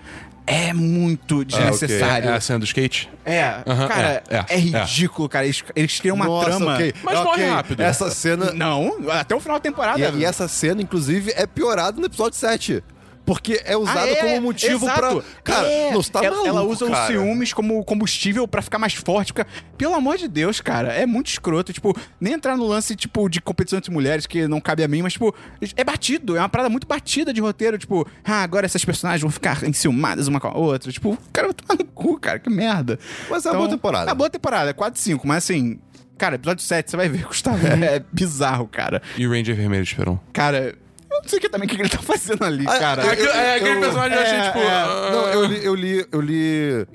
é Ah, muito desnecessário. É a cena do skate? É, Aham, cara, é, é, é, é. ridículo, cara. Eles, eles criam É uma Nossa, trama. ok. Mas morre Ok, rápido. Essa cena... Não, até o final da temporada. E, é e essa cena, inclusive, é piorada no episódio 7. Porque é usada Ah, é, como motivo exato. pra. Cara, É. não, você tá ela, maluco, ela usa os cara. ciúmes como combustível pra ficar mais forte. Porque, pelo amor de Deus, cara, é muito escroto. Tipo, nem entrar no lance, tipo, de competição entre mulheres, que não cabe a mim, mas, tipo, é batido. É uma parada muito batida de roteiro. Tipo, ah, agora essas personagens vão ficar enciumadas uma com a outra. Tipo, cara, vai tomar no cu, cara, que merda. Mas é uma boa temporada. É uma boa temporada, é 4 5, mas assim. Cara, episódio 7, você vai ver, Gustavo. É bizarro, cara. E o Ranger Vermelho de um. Esperon. Cara, eu não sei o que também, o que que ele tá fazendo ali, Ah, cara. eu- Aquele- é, aquele eu- personagem eu achei, é, tipo. é. ah, Não, eu li, eu li, eu li,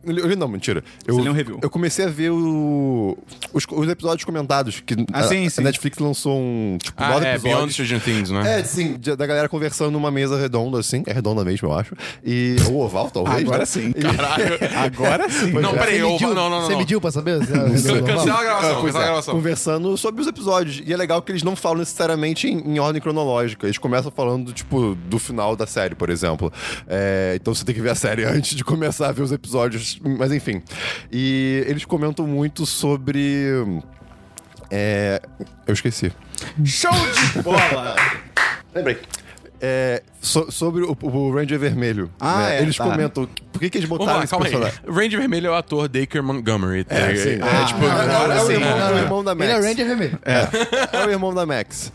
eu li- eu li- não, mentira. Eu, Você leu um review. Eu comecei a ver o- os, os episódios comentados que Ah, a, sim, a sim. Netflix lançou um, tipo, ah, nove é, Beyond episódios. Stranger Things, né? É, sim, de- da galera conversando numa mesa redonda, assim. É redonda mesmo, eu acho. E. Ou oval, talvez. Agora né? sim. Caralho. Agora sim. Não, é. peraí, Você eu. mediu- Não, não, Você não. mediu pra saber? Você era Can- normal? Cancela a gravação, Pois cancela a é, gravação. conversando sobre os episódios. E é legal que eles não falam necessariamente em, em ordem cronológica. Eles começam falando, tipo, do final da série, por exemplo. É, então você tem que ver a série antes de começar a ver os episódios. Mas enfim. E eles comentam muito sobre. É, eu esqueci. é, Show de bola! Lembrei. É, so- sobre o, o Ranger Vermelho. Ah, né? é, eles tá. comentam por que, que eles Vamos botaram lá, esse calma aí. personagem. Ranger Vermelho é o ator Dacre Montgomery. tá É, ligado? sim. Ah, é, tipo, é, agora é o sim. irmão, é o irmão da Max. Ele é Ranger Vermelho. É o irmão da Max.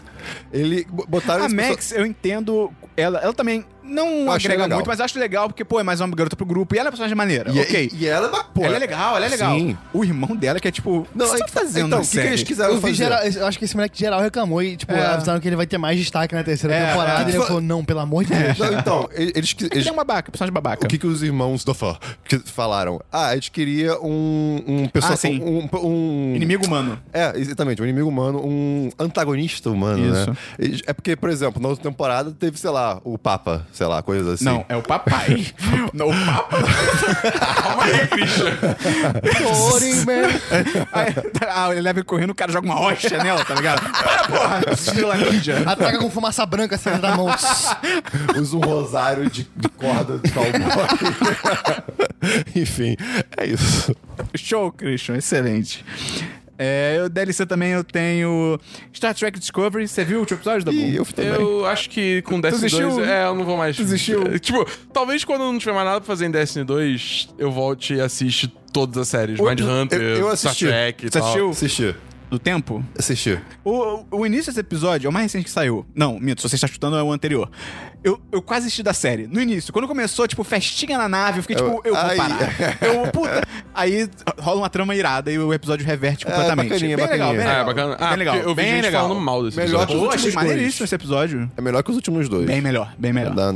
Ele b- botaram A esse perso- Max, eu entendo. Ela, ela também não Eu achei agrega legal. muito, mas acho legal, porque, pô, é mais uma garota pro grupo. E ela é uma personagem maneira. E, ok. e, e ela, é ba- pô, ela é legal, ela é legal. Sim. O irmão dela que é tipo. Não, o que você é tá que- fazendo? na Então, o que, que série?" eles É, quiseram Eu vi fazer? geral, eu acho que esse moleque geral reclamou e, tipo, É. avisaram que ele vai ter mais destaque na terceira É. temporada. Que Ele fa- falou, não, pelo amor de Deus. Não, então, e- eles, que- Ele eles- é um babaca, personagem babaca. o que, que os irmãos do fã que falaram? Ah, a gente queria um um pessoal Ah, sim. um, um- Inimigo humano. É, exatamente, um inimigo humano, um antagonista humano, né? E- É porque, por exemplo, na outra temporada teve, sei lá, o Papa, sei lá, coisas assim. Não, é o papai. não, o papai. Calma aí, Christian. Porém, man. Aí, ah, ele leva ele correndo, o cara joga uma rocha nela, tá ligado? Ah, Para, porra! Estrela ninja. Ataca com fumaça branca saindo da mão. Usa um rosário de, de corda de cowboy. Enfim, é isso. Show, Christian, excelente. É, eu, DLC também eu tenho Star Trek Discovery. Você viu o último episódio da E eu também. Eu acho que com Destiny desistiu? 2, é, eu não vou mais. desistiu? Tipo, talvez quando não tiver mais nada pra fazer em Destiny 2, eu volte e assiste todas as séries. Eu- Mindhunter, eu- eu Star assisti. Trek e Você tal. assistiu? Assistir. Do tempo? Assistir. O, o início desse episódio é o mais recente que saiu. Não, minto, se você está chutando é o anterior. Eu, eu quase assisti da série. No início, quando começou, tipo, festinha na nave, eu fiquei tipo, eu vou ai. parar. Eu, puta. Aí rola uma trama irada e o episódio reverte completamente. É, bacaninha, bem legal, bacaninha. bem legal. Ah, é bacana. Bem Ah, legal. porque eu vi bem gente legal. falando mal desse Melhor episódio. que os Pô, achei últimos maneiríssimo dois. esse episódio. É melhor que os últimos dois. Bem melhor, bem melhor. Da-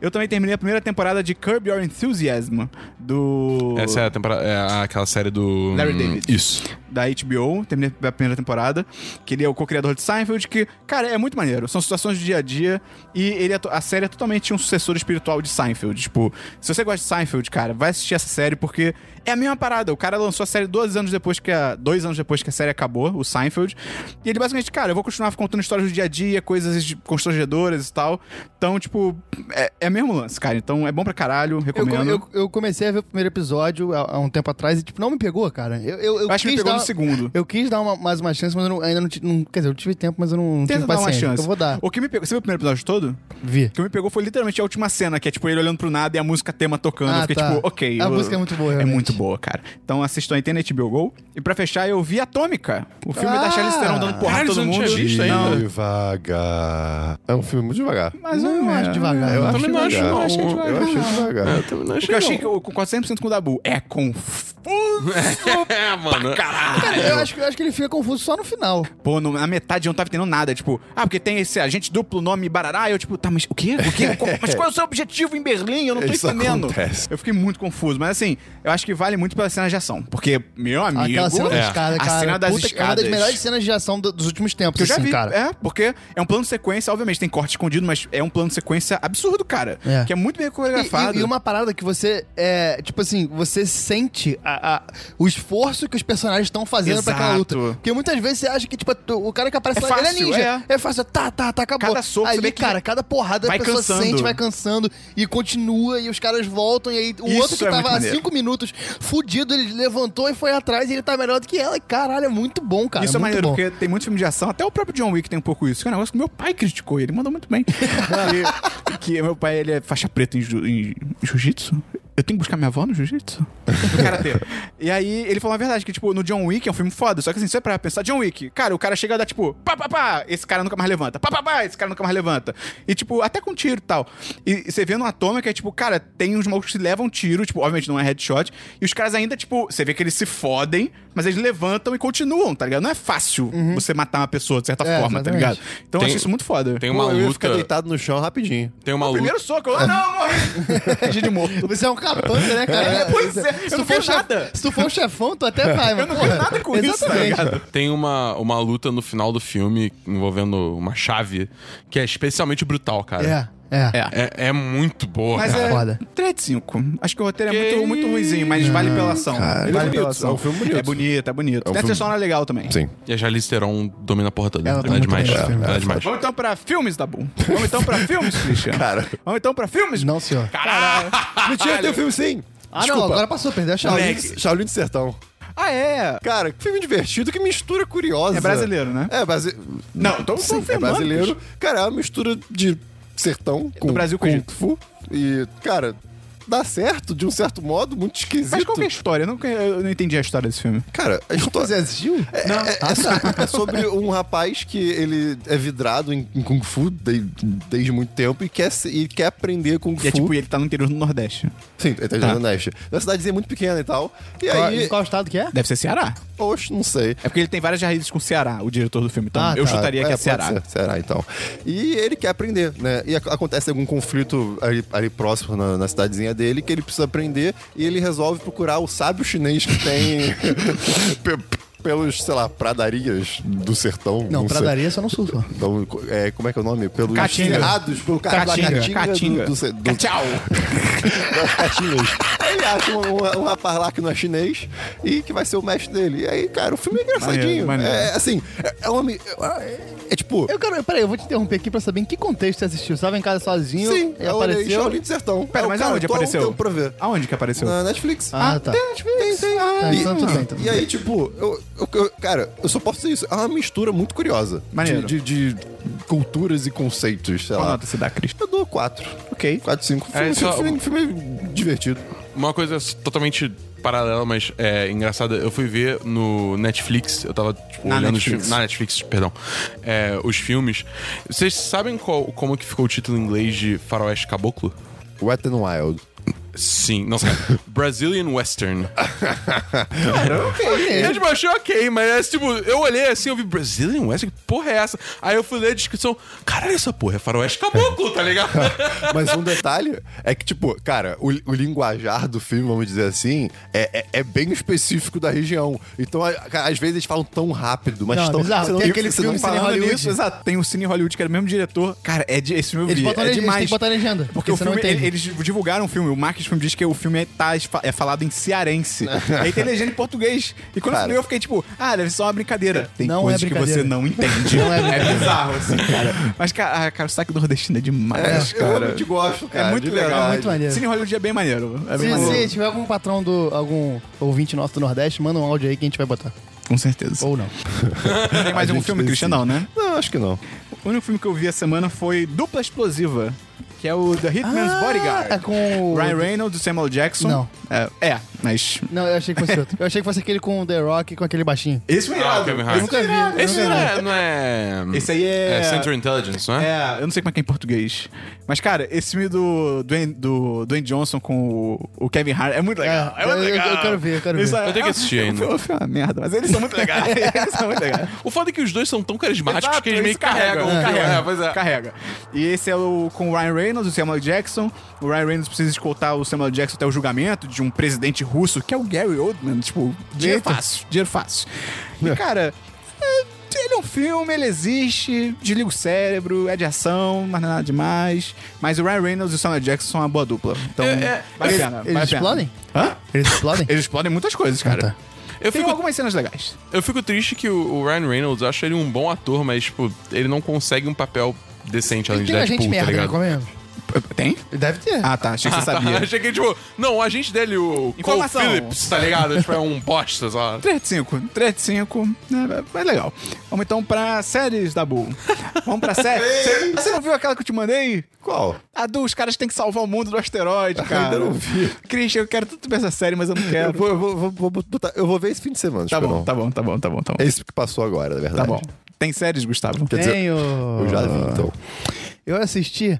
Eu também terminei a primeira temporada de Curb Your Enthusiasm do Essa é a temporada. É aquela série do. Hum, Larry David. Isso. da HBO, terminei a primeira temporada, que ele é o co-criador de Seinfeld, que, cara, é muito maneiro. São situações do dia a dia e ele é to- a série é totalmente um sucessor espiritual de Seinfeld. Tipo, se você gosta de Seinfeld, cara, vai assistir essa série porque é a mesma parada. O cara lançou a série 12 anos depois que a dois anos depois que a série acabou, o Seinfeld. E ele basicamente, cara, eu vou continuar contando histórias do dia a dia, coisas de- constrangedoras e tal. Então, tipo, é, é mesmo lance, cara. Então, é bom pra caralho, Eu, recomendo. eu, eu comecei a ver o primeiro episódio há, há um tempo atrás e, tipo, não me pegou, cara. Eu, eu, eu Acho que me quis pegou dar- no segundo. Eu quis dar uma- mais uma chance, mas eu não- ainda não, ti- não. Quer dizer, eu tive tempo, mas eu não Tenta tive dar uma paciência. chance. Eu vou dar. O que me pegou. Você viu o primeiro episódio todo? Vi. O que me pegou foi literalmente a última cena, que é tipo ele olhando pro nada e a música tema tocando. Ah, eu fiquei tá. tipo, ok. A eu- música é muito boa, É realmente. muito boa, cara. Então assistam aí, tem na HBO Go. E pra fechar, eu vi Atômica, o filme da Ah! Charlize Theron dando porrada em Caralho, todo isso né? eu não mundo. tinha visto ainda. Não, Devagar. É um filme muito devagar. mas Não, eu eu acho devagar. Eu também não acho, devagar. não. Acho que é Eu devagar. achei devagar. Também não O que eu achei que eu concordo 100% com o Dabu. É confuso É, mano. Cara, eu acho, que- eu acho que ele fica confuso só no final. Pô, no- na metade eu não tava entendendo nada. Tipo, ah, porque tem esse agente duplo nome Barará. E eu, tipo, tá, mas o quê? O quê? Co- mas qual é o seu objetivo em Berlim? Eu não tô Isso entendendo. acontece. Eu fiquei muito confuso. Mas assim, eu acho que vale muito pela cena de ação. Porque, meu amigo. Aquela cena da É. escada, A cara. cena das Puta que- É uma das escadas. melhores cenas de ação do- dos últimos tempos, Que eu já assim, vi, cara. é, porque é um plano de sequência, obviamente tem corte escondido, mas é um plano de sequência absurdo, cara. É. Que é muito bem coreografado. E, e- e uma parada que você é, tipo assim, você sente a- a- o esforço que os personagens estão fazendo pra aquela luta. Exato. Porque muitas vezes você acha que, tipo, tu- o cara que aparece É lá, ele fácil, é ninja. É. fácil, tá, tá, tá, acabou. Cada soco você Ali, vê que cara, cada porrada vai a pessoa cansando. sente, vai cansando e continua, e os caras voltam, e aí o Isso outro que é muito tava há maneiro. cinco minutos fudido, ele levantou e foi atrás e ele tá melhor do que ela. E, Caralho, é muito bom, cara. isso é muito maneiro, bom. porque tem muito filme de ação, até o próprio John Wick tem um pouco isso, que é um negócio que meu pai criticou, ele mandou muito bem. que, que meu pai, ele é faixa preta em, ju- em jiu-jitsu. Eu eu tenho que buscar minha avó no jiu-jitsu? No karatê. e aí ele falou a verdade, que, tipo, no John Wick é um filme foda. Só que assim, você pra pensar, John Wick, cara, o cara chega a dar, tipo, pá, pá, pá, esse cara nunca mais levanta. Pá, pá, pá, esse cara nunca mais levanta. E, tipo, até com tiro e tal. E você vê no Atomic, é tipo, cara, tem uns malucos que levam tiro, tipo, obviamente não é headshot. E os caras ainda, tipo, você vê que eles se fodem, mas eles levantam e continuam, tá ligado? Não é fácil você matar uma pessoa, de certa É, forma, exatamente. tá ligado? Então eu Tem- achei isso muito foda. Tem uma eu ia ficar luta. deitado no chão rapidinho. Tem uma O luta. primeiro soco, eu, ah, não, morri. Giro de morto. Você é um capanga, né, cara? É, pois é, eu Se tu não for quero chef- nada. Se tu for um chefão, tu até vai, mano. Eu não quero nada com isso, tá Exatamente. ligado? Tem uma, uma luta no final do filme envolvendo uma chave que é especialmente brutal, cara. É, é. É. É, é muito boa, Mas cara. é Foda. 3 de 5. Acho que o roteiro é Que muito, muito ruimzinho, mas vale pela ação. Ele vale é bonito, pela ação. é um filme bonito. um É bonito, é bonito. Tem a trilha filme- sonora legal também. Sim. E a Charlize Theron domina a porra toda. Ela Ela, tá é muito demais. bem no filme, Ela é ela demais. Vamos então pra filmes, Dabu. Vamos então pra filmes, Christian. Cara. Vamos então pra filmes? Não, senhor. Caralho. Mentira, tem o filme sim. Ah, não, agora passou, perdeu a chave. Shaolin, Shaolin do Sertão. Ah, é. Cara, filme divertido que mistura curiosa. É brasileiro, né? É, brasi... Não, tô Sim, é confirmando, brasileiro. Cara, é uma mistura de sertão com Brasil com com Egito. fu. E, cara, dá certo de um certo modo, muito esquisito. Mas qual que é a história? Eu não, eu não entendi a história desse filme. Cara, a Você história assistiu? Ah, tá. é, é- é so- é sobre um rapaz que ele é vidrado em, em kung fu de- desde muito tempo e quer, se- e quer aprender kung E é fu. tipo, ele tá no interior do Nordeste. Sim, ele tá jogando Neste. É uma cidadezinha muito pequena e tal. E Qual- aí, em qual estado que é? Deve ser Ceará. oxe, não sei. É porque ele tem várias raízes com Ceará, o diretor do filme. Então Ah, eu tá. chutaria que é pode Ceará. ser, Ceará, então. E ele quer aprender, né? E ac- acontece algum conflito ali, ali próximo na, na cidadezinha dele que ele precisa aprender e ele resolve procurar o sábio chinês que tem pe- pelos, sei lá, pradarias do sertão. Não, sei. pradaria só no sul, só. Então, co- é, como é que é o nome? Pelos Caatinga. cerrados, pelo cara da Caatinga. Caatinga Caatinga. do, do, ce- do- Tchau. das Caatingas. Aí ele acha um, um- um rapaz lá que não é chinês e que vai ser o mestre dele. E aí, cara, o filme é Maneiro, engraçadinho. maneiro. É assim, é, é uma. mi- É, é tipo. Eu quero, peraí, eu vou te interromper aqui pra saber em que contexto você assistiu. Você tava em casa sozinho Sim, e eu olhei apareceu. Shaolin do Sertão. Pera, Eu, mas cara, aonde tô há um apareceu? tempo pra ver. Aonde que apareceu? ah, Na Netflix. Ah, tá. Tem Netflix. Tem, tem. Tá, e, então tudo bem, tudo e bem. aí, tipo, eu, eu- eu- cara, eu só posso dizer isso. É uma mistura muito curiosa. Maneiro. De, de- de culturas e conceitos, sei Qual lá. nota se dá, Christian? Eu dou 4. Ok. 4, 5. É, Filme, só- filme, filme divertido. Uma coisa totalmente paralela, mas é engraçada. Eu fui ver no Netflix, eu tava tipo, Na olhando os Netflix. filmes. Na Netflix, perdão. É, os filmes. Vocês sabem qual- como que ficou o título em inglês de Faroeste Caboclo? Wet and Wild. Sim, não sei. Brazilian Western. É. Ok. Eu tipo, achei ok, mas tipo, eu olhei assim, eu vi Brazilian Western, que porra é essa? Aí eu fui ler a descrição, caralho, essa porra é faroeste caboclo, tá ligado? Mas um detalhe é que, tipo, cara, o, o linguajar do filme, vamos dizer assim, é, é- é bem específico da região. Então, a- cara, às vezes eles falam tão rápido, mas Não, é tão. bizarro. você não- Tem aquele você não filme fala- Cine Falando Hollywood. nisso, exato. Tem o Cine Hollywood, que era o mesmo diretor. Cara, é de, esse filme eu Eles vi, botam é legenda, demais. tem que botar legenda, Porque porque o você não filme, ele- entende. eles divulgaram o filme. O Marcos filme diz que o filme é, tá, é falado em cearense. E aí tem legenda em português. E quando Cara. eu li, eu fiquei tipo, ah, deve ser só uma brincadeira. Tem Não é coisas que brincadeira. você não entende. Não é é bizarro, assim, cara. Mas, cara, ah, cara o sotaque nordestino é demais, Eu cara. realmente gosto, É cara. muito de legal. verdade. muito maneiro. Cine Hollywood é bem maneiro. É bem Se, maneiro. se tiver algum patrão do. algum ouvinte nosso do Nordeste, manda um áudio aí que a gente vai botar. Com certeza. Ou não. Tem mais um filme, Christian? Não, né? Não, acho que não. O único filme que eu vi essa semana foi Dupla Explosiva, que é o The Hitman's Bodyguard. É com o. Ryan Reynolds e Samuel Jackson. Não. É, é, mas. Não, eu achei que fosse outro. Eu achei que fosse aquele com o The Rock com aquele baixinho. Esse foi Ah, o irado. Kevin Eu Hart. nunca vi. eu Esse nunca não vi. é, não é- Esse aí é. é Central Intelligence, não é? É, eu não sei como é que é em português. Mas, cara, esse filme do Dwayne, do Dwayne Johnson com o, o Kevin Hart é muito legal. É, É, muito eu- eu- legal. eu quero ver, eu quero Isso ver. é- Eu tenho que assistir é um- ainda. é um filme uma merda, mas eles são muito legais. eles são muito legais. O foda é que os dois são tão carismáticos Exato, que eles meio que carregam. carregam, o filme. carregam, É, pois é. carrega. E esse é o com o Ryan Reynolds, o Samuel Jackson. O Ryan Reynolds precisa escoltar o Samuel Jackson até o julgamento de um presidente russo, que é o Gary Oldman. Tipo, dinheiro Eita. fácil, dinheiro fácil. E, cara, é, ele é um filme, ele existe, desliga o cérebro, é de ação, mas não é nada demais. Mas o Ryan Reynolds e o Samuel Jackson são uma boa dupla. Então, É, é, vale a eles- pena. vale Eles a pena. explodem? Hã? Eles explodem? Eles explodem muitas coisas, cara. tá. Eu Tem fico, algumas cenas legais. eu fico triste que o o Ryan Reynolds, eu acho ele um bom ator, mas, tipo, ele não consegue um papel decente além de Tem a gente Deadpool, tá merda, né? ligado? Comendo. Tem? Deve ter. Ah, tá. Achei que você sabia. Eu cheguei, tipo, não, o agente dele, o Cole Informação. Phillips, tá ligado? tipo, é um bosta, só. 3 de 5. 3 de 5. É, é legal. Vamos então pra séries da Bull. Vamos pra séries. Você não viu aquela que eu te mandei? Qual? A Du, os caras têm que salvar o mundo do asteroide, cara. Ainda não vi. Christian, eu quero tanto ver essa série, mas eu não É, Eu quero. vou, eu vou- vou- vou botar- eu vou ver esse fim de semana, Tá tipo, bom, não. tá bom, tá bom, tá bom, tá bom. É isso que passou agora, na Tá verdade. bom. Tem séries, Gustavo? Quer dizer, Tenho. eu já vi, então. Eu assisti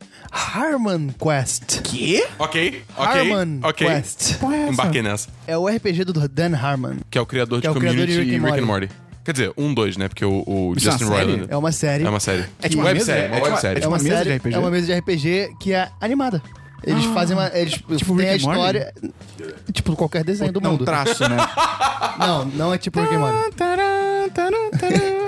Harman Quest. Quê? Ok, ok, Harman ok. Quest. Embarquei nessa. É o RPG do Dan Harman. Que é o criador de Que é o criador Community de Rick e and Rick and Morty. Quer dizer, um, dois, né? Porque o, o Isso é uma Justin série? Roiland... É uma série. É uma série. É tipo uma websérie, mesa? uma É tipo- websérie. é tipo- uma mesa de RPG? É uma mesa de RPG que é animada. Eles fazem uma. Eles têm Ah. a Rick and Morty? história. Tipo, qualquer desenho do Não, mundo. traço, né? Não, não é tipo Rick and Morty. Taran, taran, taran.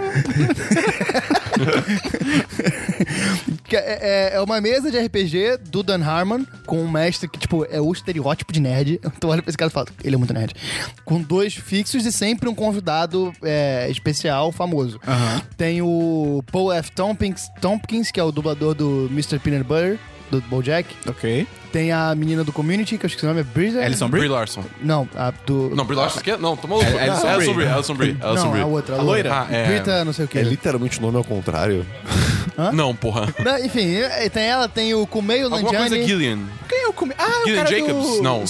Que É, é- é uma mesa de RPG do Dan Harmon, com um mestre que, tipo, é o estereótipo de nerd. Então olha pra esse cara e fala, ele é muito nerd. Com dois fixos e sempre um convidado é, especial, famoso. Tem o Paul F. Tompkins, Tompkins, que é o dublador do Mr. Peanut Butter, do BoJack. ok. Tem a menina do Community, que eu esqueci o nome, é Brisa? Alison Brie Brie? Larson. Não, a do... Não, Brie Larson, que é? Não, tomou louco. É- é Alison Alison Brie. Brie, Alison Brie, Alison não Brie. a outra. A loira? Ah, é. Brita, não sei o quê. É literalmente o nome ao contrário. Não, porra. Não, enfim, é- tem ela, tem o Kumeio Alguma coisa é Nanjiani. Gillian. Quem eu comi? Ah, Gillian o cara Jacobs? do... Não.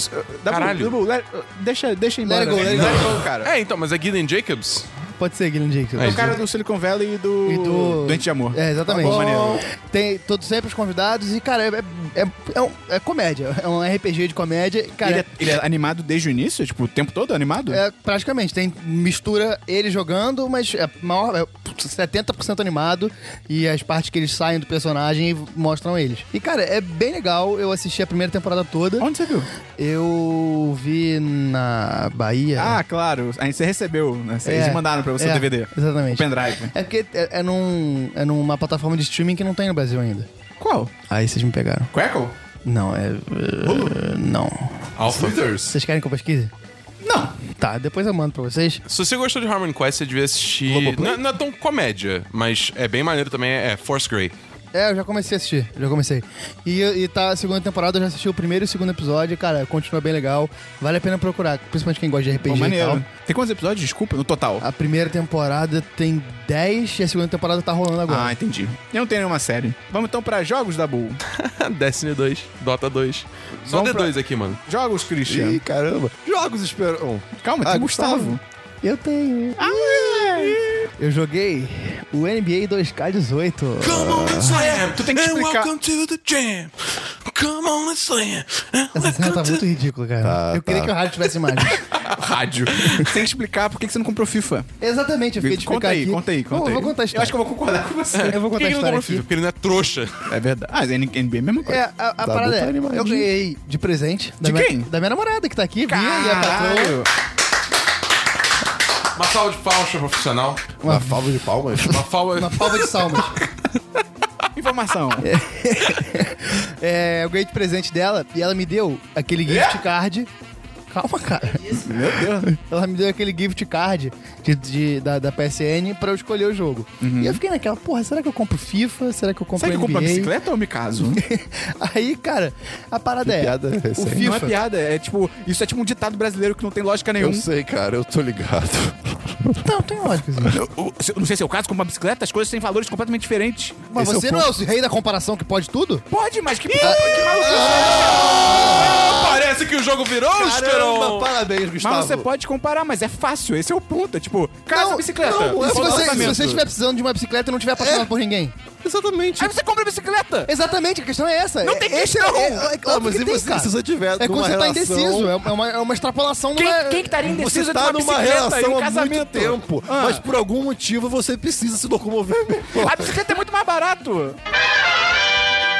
Dá Caralho. Pra... Let- Deixa, deixa embora. né? Let it go, let it go. Let go, cara. É, então, mas é Gillian Jacobs? Pode ser, Guilherme Jacobs. É O um cara do Silicon Valley e do... E do- Doente de Amor. É, exatamente. Tá bom, maneiro. Tem todos sempre os convidados e, cara, é, é, é, um- é comédia. É um RPG de comédia. Cara, ele, é, ele é animado desde o início? Tipo, o tempo todo animado? é, praticamente. Tem mistura ele jogando, mas é maior. É 70% animado e as partes que eles saem do personagem e mostram eles. E, cara, é bem legal. Eu assisti a primeira temporada toda. Onde você viu? Eu vi na Bahia. Ah, claro. Aí você recebeu, né? Cê- Eles É, mandaram pra você é, o DVD. Exatamente. O pendrive. É porque é, é num, é numa plataforma de streaming que não tem no Brasil ainda. Qual? Aí vocês me pegaram. Crackle? Não, é. eh, não. Alpha. Vocês querem que eu pesquise? Não. Tá, depois eu mando pra vocês. Se você gostou de Harmon Quest, você devia assistir. Não, é- não é tão comédia, mas é bem maneiro também. É Force Grey. É, eu já comecei a assistir, já comecei. E, e tá a segunda temporada, eu já assisti o primeiro e o segundo episódio, cara, continua bem legal. Vale a pena procurar, principalmente quem gosta de RPG Pô, e tal. Ah, tá maneiro. Tem quantos episódios? Desculpa, no total. A primeira temporada tem 10 e a segunda temporada tá rolando agora. Ah, entendi. Eu não tenho nenhuma série. Vamos então pra jogos da Bull. Destiny 2, Dota 2. Só Vamos D2 aqui, mano. Jogos, Christian. Ih, caramba. Jogos esperam. Calma, Ah, tem tá Gustavo. Ah, é. Eu tenho. Eu joguei o NBA 2K18. Come on and slam! Ah, é, Tu tem que explicar- Welcome to the jam! Come on and slam! é Essa cena tá muito ridícula, cara. Tá, eu queria que o rádio tivesse imagem. Rádio. tem que explicar por que que você não comprou FIFA. Exatamente, eu fiquei de Conta explicar aí, aqui. conta aí, conta Bom, aí. Eu vou contar a Eu história. acho que eu vou concordar com você. Eu vou Por que contar a ele não comprou história o aqui. FIFA? Porque ele não é trouxa. É verdade. Ah, NBA é a mesma coisa. É, a, a bom, parada tá é, animadinho. eu ganhei de presente. De da quem? Minha, da minha namorada que tá aqui, Bia, e a patroa. Caralho. Uma salva de falsa profissional. Uma falva de palmas. Uma falva. Uma palma de salmas. Informação. É, eu ganhei de presente dela e ela me deu aquele gift card. Calma, cara. Meu Deus. Ela me deu aquele gift card de, de- da, da PSN pra eu escolher o jogo. E eu fiquei naquela, porra, será que eu compro FIFA? Será que eu compro Será que eu compro uma NBA? bicicleta ou me caso? Aí, cara, a parada é. piada o recente. Não é FIFA. piada, é tipo, isso é tipo um ditado brasileiro que não tem lógica Eu nenhuma. sei, cara, eu tô ligado. Não, tem lógica. Assim. Eu- eu- se- não sei se é o caso, com uma bicicleta, as coisas têm valores completamente diferentes. Mas Esse você é o não é o rei da comparação que pode tudo? Pode, mas que, que maluco. é Parece que o jogo virou, Esperon! parabéns, Mas você pode comparar, mas é fácil, esse é o ponto. É tipo, casa ou bicicleta. não, E se Qual é o você, se orçamento? você estiver precisando de uma bicicleta e não estiver apaixonado por ninguém? Exatamente. Aí você compra a bicicleta. Exatamente, a questão é essa. Não tem questão. É, é, é, é, Ah, óbvio mas que e tem, você, cara. se você tiver É quando numa você tá relação... indeciso, é uma, é uma extrapolação Quem, numa... quem que estaria indeciso Você de tá uma numa bicicleta e um relação há muito casamento? tempo, Ah. mas por algum motivo você precisa se locomover melhor. A bicicleta é muito mais barato.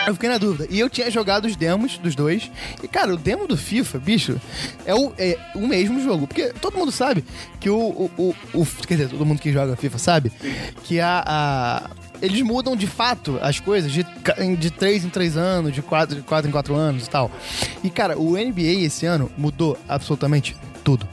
Eu fiquei na dúvida. E eu tinha jogado os demos dos dois. E, cara, o demo do FIFA, bicho, é o, é o mesmo jogo. Porque todo mundo sabe que o, o, o, o- Quer dizer, todo mundo que joga FIFA sabe que a. a- eles mudam de fato as coisas de, ca- em- de 3 em 3 anos, de 4 de quatro em 4 anos e tal. E, cara, o NBA esse ano mudou absolutamente tudo.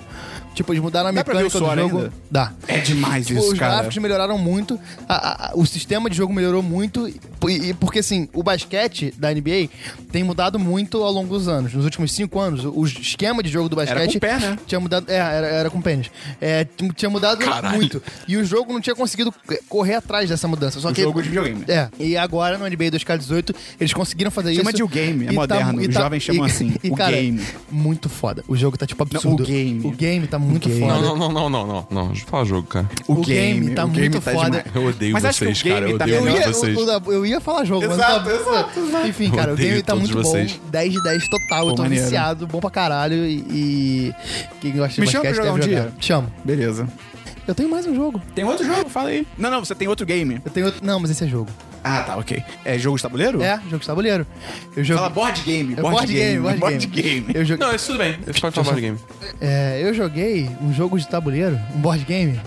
Tipo, eles mudaram a Dá pra ver mecânica o do suor jogo. ainda? Dá. É demais Tipo, isso, os cara. gráficos melhoraram muito, a- a- a- o sistema de jogo melhorou muito, e, e- porque assim, o basquete da NBA tem mudado muito ao longo dos anos. Nos últimos cinco anos, o, o esquema de jogo do basquete. com o pé, né? Tinha mudado. É, era, era com pênis. É, t- tinha mudado muito. E o jogo não tinha conseguido é, correr atrás dessa mudança. Só O que. jogo de videogame. É, e agora no NBA 2K18 eles conseguiram fazer isso. Chama de o game, é e tá- moderno, e os tá- jovens chamam e- assim, E, o cara, game. muito foda. O jogo tá tipo Não, o absurdo. game. O game tá muito foda. Não, não, não, não, não, não, não. Fala jogo, cara. O, O game game, tá o muito game foda. demais. Eu odeio Mas acho que o vocês, cara, game eu tá odeio Eu melhor. muito ia, vocês. o- o da- eu ia falar jogo, Exato, mas... tá- Enfim, cara, o Odeio game tá todos muito bom. vocês. 10 de 10 total. Pô, eu tô maneiro. viciado, bom pra caralho. E, e quem gosta de Me chama basquete pra jogar deve um jogar. dia. Chamo. Beleza. Eu tenho mais um jogo. Tem outro jogo? Fala aí. Não, não, você tem outro game. Eu tenho outro... Não, mas esse é jogo. Ah, tá, ok. É jogo de tabuleiro? É, jogo de tabuleiro. Eu jogo... Fala board game, É board, game, board game. Eu joguei... Não, isso tudo bem. Você pode falar board game. É, eu joguei um jogo de tabuleiro, um board game,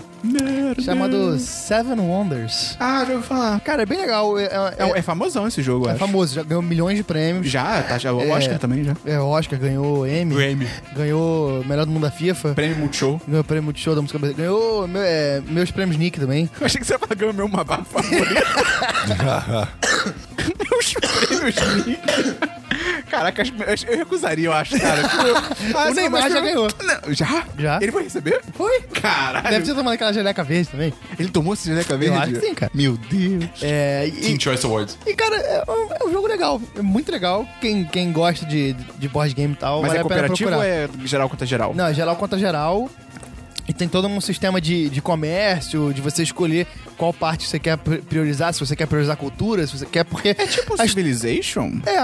chamado Seven Wonders. Ah, já ouvi falar. Cara, é bem legal. É, é- É, é famosão esse jogo, eu é acho. famoso, já ganhou milhões de prêmios. Já, tá, já, o É. Oscar também já. É, Oscar, ganhou M. Grammy. Ganhou Melhor do Mundo da FIFA. Prêmio Multishow. Ganhou o prêmio de show da música brasileira. Ganhou meu- é, meus prêmios Nick também. Eu achei que você ia falar ganhou meu mabá favorito. Meus prêmios, Nick. Caraca, acho- eu, eu recusaria, eu acho, cara. Tipo, O Neymar Ah, já ganhou. Não, já? Já. é Ele foi receber? Foi? Caralho. Deve ter tomado aquela geleca verde também. Ele tomou esse geleca verde? Eu acho que sim, cara. Meu Deus. É, Teen e, Choice Awards. e, cara, é um, é um jogo legal. É muito legal. Quem, quem gosta de, de board game e tal, Mas vale é a pena cooperativo procurar. ou é geral contra geral? Não, é geral contra geral. E tem todo um sistema de, de comércio, de você escolher qual parte você quer pri- priorizar, se você quer priorizar cultura, se você quer porque... É Tipo Civilization? É,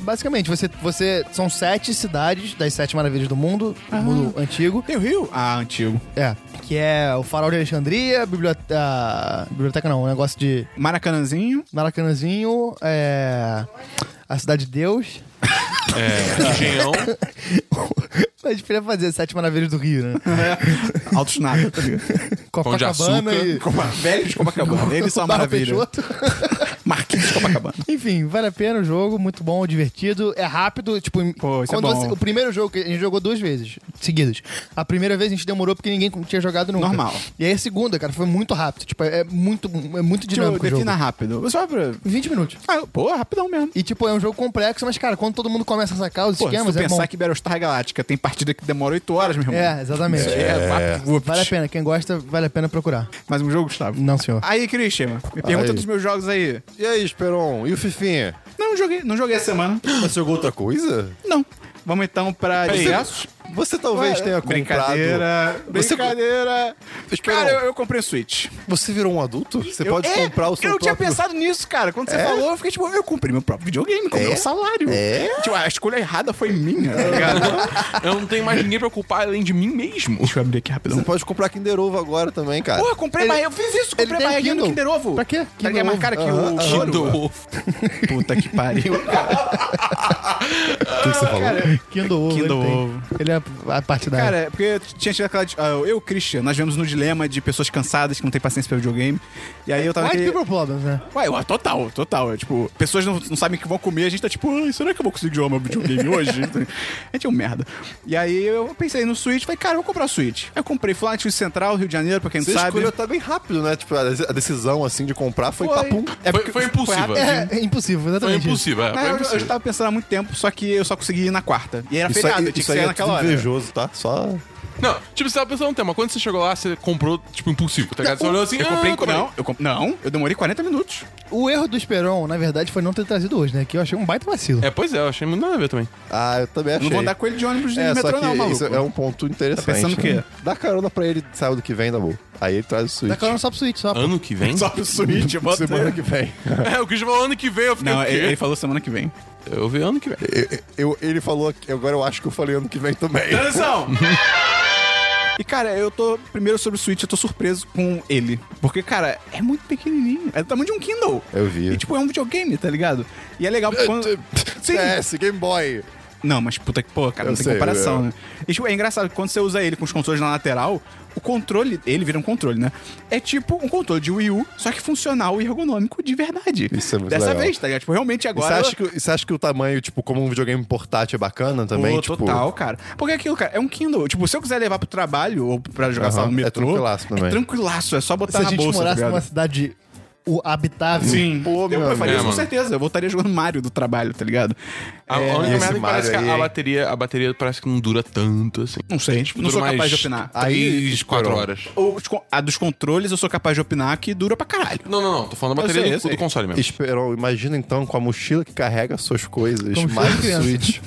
basicamente, você, você... São sete cidades das sete maravilhas do mundo, do mundo antigo. Tem o Rio? Ah, antigo. É, que é o Farol de Alexandria, biblioteca... ah, Biblioteca não, um negócio de Maracanãzinho. Maracanãzinho, é... A Cidade de Deus. É, Engenhão. A gente podia fazer Sete Maravilhas do Rio, né? Altos nada. Pão de Copacabana açúcar. e... Copa- Velhos de Copacabana. Eles são uma Barra maravilha. Peixoto. Marquinhos de Copacabana. Enfim, vale a pena o jogo, muito bom, divertido, é rápido, tipo, Pô, isso é quando bom. você- o primeiro jogo que a gente jogou duas vezes seguidas. A primeira vez a gente demorou porque ninguém tinha jogado nunca. Normal. E aí a segunda, cara, foi muito rápido, tipo, é muito é muito dinâmico Tipo, o jogo. defina rápido. Só pra... 20 minutos. Ah, pô, rapidão mesmo. E tipo, é um jogo complexo, mas cara, quando todo mundo começa a sacar os Pô, se esquemas, tu é bom. pensar que Battlestar Galáctica tem partida que demora 8 horas, meu irmão. É, exatamente. É, vapt-vupt. Vale a pena, quem gosta, vale a pena procurar. Mais um jogo, Gustavo? Não, senhor. Aí, Christian, me pergunta Aí. dos meus jogos aí. E aí, Esperon? E o Fifinha? Não joguei, não joguei essa semana. Você jogou outra coisa? Não. Vamos então pra diversos. Você talvez tenha comprado... Brincadeira. Você- Brincadeira. Esperon. Cara, eu, eu comprei o Switch. Você virou um adulto? Você Eu- pode é, comprar o seu Eu não tinha próprio- pensado nisso, cara. Quando você falou, eu fiquei tipo, eu comprei meu próprio videogame com o meu salário. É? Tipo, a escolha errada foi minha, tá ligado? É, Eu não tenho mais ninguém pra culpar além de mim mesmo. Deixa eu abrir aqui rapidão. Você tá- pode comprar Kinder Ovo agora também, cara. Porra, comprei Ele- barriga. Eu fiz isso, ele comprei tem barriga no Kindle. Kinder Ovo. Pra quê? Tá ligado? Kinder Mas, Ovo. cara, que o Que Kinder do... Puta que pariu, cara. o que, que você falou? Kindle Ovo. Kindle ele tem. Ovo. Ele é a- a parte da. Cara, é porque eu tinha tido aquela. ah, eu e o Christian, nós vivemos no dilema de pessoas cansadas que não têm paciência pra videogame. E aí eu tava. White naquele- people problems, né? Ué, ué, total, total. É, tipo, pessoas não, não sabem o que vão comer, a gente tá tipo, "Ai, será que eu vou conseguir jogar meu videogame hoje? a gente é um merda. E aí eu pensei no Switch, falei, cara, eu vou comprar o Switch. Aí eu comprei Flight Central, Rio de Janeiro, pra quem Você não sabe. escolheu tá bem rápido, né? Tipo, a a decisão, assim, de comprar foi, Foi. papum. É Foi, foi impulsiva. rápido. É, é impossível, Foi exatamente. isso. impulsiva. é, Na Foi real, eu, eu impulsiva. estava pensando há muito tempo, só que eu só consegui ir na quarta. E era Isso aí, feriado, tinha que isso aí sair é naquela tudo hora. invejoso, tá? Só... Não, tipo, você tava pensando um tema. Quando você chegou lá, você comprou, tipo, impulsivo, tá ligado? Você Eu- olhou assim, eu comprei, ah, não, eu comp- não, eu demorei 40 minutos. O erro do Esperon, na verdade, foi não ter trazido hoje, né? Que eu achei um baita vacilo. É, pois é, eu achei muito nada a ver também. Ah, eu também Eu achei. Não vou andar com ele de ônibus nem É, de só metrô, que não, maluco. Tá isso é um ponto interessante. pensando o né? quê? Dá carona pra ele sábado que vem, Dabu. Aí ele traz o Switch. Dá carona só pro Switch, só. Ano que vem? um Só pro Switch, bota. Semana que vem. É, o Christian falou ano que vem, eu fiquei. Não, é, o quê? ele, ele falou semana que vem. Eu vi ano que vem. Eu- eu- ele falou, que- agora eu acho que eu falei ano que vem também. Transição! E, cara, eu tô. Primeiro sobre o Switch, eu tô surpreso com ele. Porque, cara, é muito pequenininho. É do tamanho de um Kindle. Eu vi. E, tipo, é um videogame, tá ligado? E é legal porque quando. Sim. CS, Game Boy. Não, mas puta que pô, cara, Eu não tem sei, comparação, eu- né? E, tipo, é engraçado que quando você usa ele com os controles na lateral, o controle, ele vira um controle, né? É tipo um controle de Wii U, só que funcional e ergonômico de verdade. Isso é muito Dessa legal. vez, tá ligado? Tipo, realmente E você, agora. acha que, e você acha que o tamanho, tipo, como um videogame portátil é bacana também? Pô, tipo, total, cara. Porque aquilo, cara, é um Kindle. Tipo, se eu quiser levar pro trabalho ou pra jogar só no Aham, é metrô... tranquilaço também. É tranquilaço, é só botar Se a na gente bolsa, tá morasse ligado? numa cidade o- habitável, Sim. Pô, eu, meu eu faria amigo. isso com É, mano. certeza. Eu voltaria jogando Mario do trabalho, tá ligado? A, a É, única esse merda é que parece que Mario aí, a, a hein? bateria, a bateria parece que não dura tanto, assim. Não sei, tipo, não sou Dura capaz mais de opinar. Três, quatro Esperon. horas. Os con- a dos controles eu sou capaz de opinar que dura pra caralho. Não, não, não. Tô falando da Eu bateria sei, eu do, do sei. console mesmo. Esperon, imagina então com a mochila que carrega suas coisas, Como mais se fosse o Switch.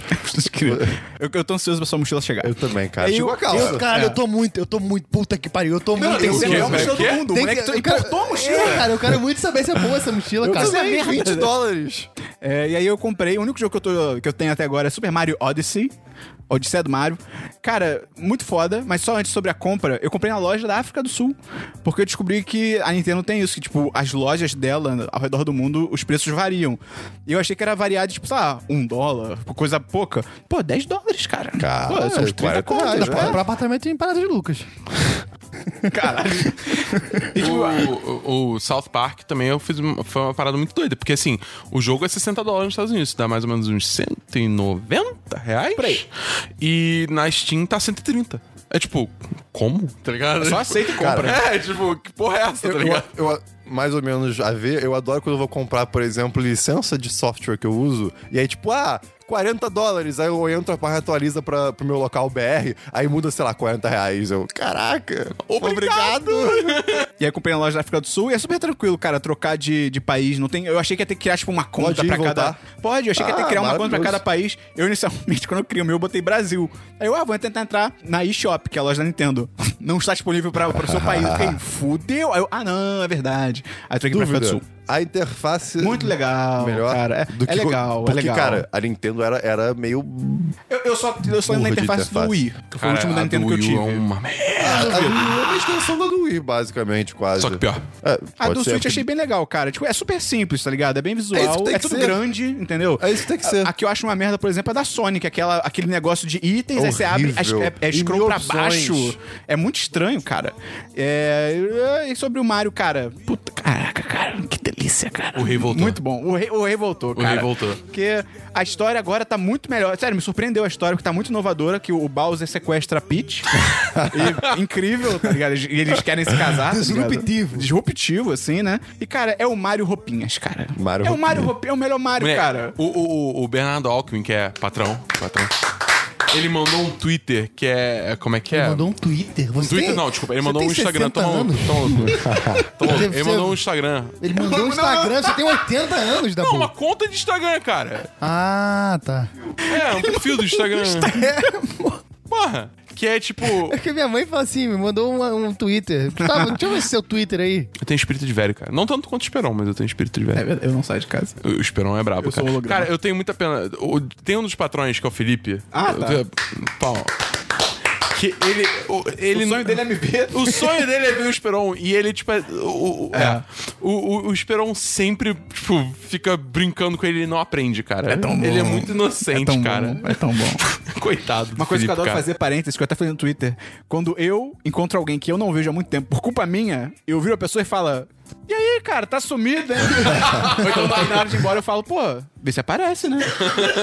eu, eu tô ansioso pra sua mochila chegar. Eu também, cara. Chegou a calça. Eu, É. caralho, eu tô muito, eu tô muito, puta que pariu, eu tô Não, muito. tem um que eu ser a melhor tô- Como é mochila que do é? mundo. Tem moleque, que- tu eu quero- importou a mochila. É, cara, eu quero muito saber se é boa essa mochila, cara. um também. Saber- merda, né? 20 dólares. É, e aí eu comprei, o único jogo que eu, tô- que eu tenho até agora é Super Mario Odyssey. Odisseia do Mario. Cara, muito foda, mas só antes sobre a compra, eu comprei na loja da África do Sul. Porque eu descobri que a Nintendo tem isso, que, tipo, as lojas dela ao redor do mundo, os preços variam. E eu achei que era variar de, tipo, sei lá, um dólar, coisa pouca. Pô, 10 dólares, cara. Cara, Pô, são uns 30 40 contas, reais, né? é Pra, pra apartamento em Parada de Lucas. Caralho. O, o- o South Park também eu fiz uma- foi uma parada muito doida, porque assim, o jogo é 60 dólares nos Estados Unidos, dá mais ou menos uns 190 reais. Por aí. E na Steam tá 130. É tipo, como? Tá ligado? Só Tipo, aceita e compra. É, tipo, que porra é essa, tá Eu, ligado? eu- eu- mais ou menos a ver, eu adoro quando eu vou comprar, por exemplo, licença de software que eu uso, e aí tipo, ah, 40 dólares, aí eu entro, a página atualiza pra, pro meu local BR, aí muda, sei lá, 40 reais. Eu, caraca, obrigado! E aí comprei na loja da África do Sul e é super tranquilo, cara, trocar de, de país. Não tem, eu achei que ia ter que criar, tipo, uma conta Pode ir e pra cada. voltar? Pode, eu achei que ia ter que Ah, criar uma conta pra maravilhoso. cada país. Eu, inicialmente, quando eu criei o meu, eu botei Brasil. Aí eu, ah, vou tentar entrar na eShop, que é a loja da Nintendo. Não está disponível pra, pro seu país. Eu fiquei, fudeu. Aí eu, ah, não, é verdade. Aí eu troquei pra África do Sul. A interface. Muito legal, Melhor cara. É- do é que legal, é porque, legal. cara, a Nintendo era, era meio. Eu, eu só, eu só lembro da Burro de interface, interface. do Wii, que foi Cara, o último da a Nintendo do que eu Wii tive. U É uma merda. A do Wii é uma extensão da do Wii, basicamente, quase. Tá Só que pior. É, A pode Ah, do ser, Switch eu achei bem legal, cara. Tipo, é super simples, tá ligado? É bem visual. É, isso que tem que tudo ser. grande, entendeu? É isso que tem que ser. A, a que eu acho uma merda, por exemplo, é da Sonic. Aquela, aquele negócio de itens, aí você abre, Horrível. as- é, é E scroll mil pra opções. baixo. É muito estranho, cara. É, e sobre o Mario, cara. Puta, caraca, cara. Que delícia, cara. O rei voltou. Muito bom. O rei, o rei voltou, cara. rei voltou. Porque a história agora tá muito melhor. Sério, me surpreendeu a história, porque tá muito inovadora, que o Bowser sequestra a Peach. E- incrível, tá ligado? E eles querem se casar. tá ligado? Disruptivo. Disruptivo, assim, né? E, cara, é o Mario Roupinhas, cara. Mario é o Roupinha. Mario Roupinha, é o melhor Mario, Moleque, cara. O, o, o- o Bernardo Alckmin, que é patrão, patrão, ele mandou um Twitter que é. Como é que é? Ele mandou um Twitter. Você Twitter tem- não, desculpa, ele você mandou um tem Instagram. 60 Toma um- anos? toma um- toma um- Deve Ele ser- mandou um Instagram. Ele mandou um Instagram, você tem 80 anos, da Não, uma conta de Instagram, cara. Ah, tá. É, um perfil do Instagram. Porra. Que é tipo. Porque minha mãe fala assim, me mandou um, um Twitter. Tá, deixa eu ver esse seu Twitter aí. Eu tenho espírito de velho, cara. Não tanto quanto o Esperon, mas eu tenho espírito de velho. Eu não saio de casa. O Esperon é brabo, sou cara. holograma. Cara, eu tenho muita pena. O- Tem um dos patrões, que é o Felipe. Ah, tá. Eu- Pau. Que ele. o- ele O sonho dele é me ver. O sonho dele é ver o Esperon. E ele, tipo, é- o, o, é. o, o, o Esperon sempre, tipo, fica brincando com ele e não aprende, cara. É tão bom. Ele é muito inocente, É tão cara. bom, é tão bom. Coitado. do Uma coisa que eu Felipe, adoro cara. fazer, parênteses, que eu até falei no Twitter. Quando eu encontro alguém que eu não vejo há muito tempo, por culpa minha, eu viro a pessoa e falo... E aí, cara, tá sumido, hein? Ou então, na hora de ir embora, eu falo, pô, vê se aparece, né?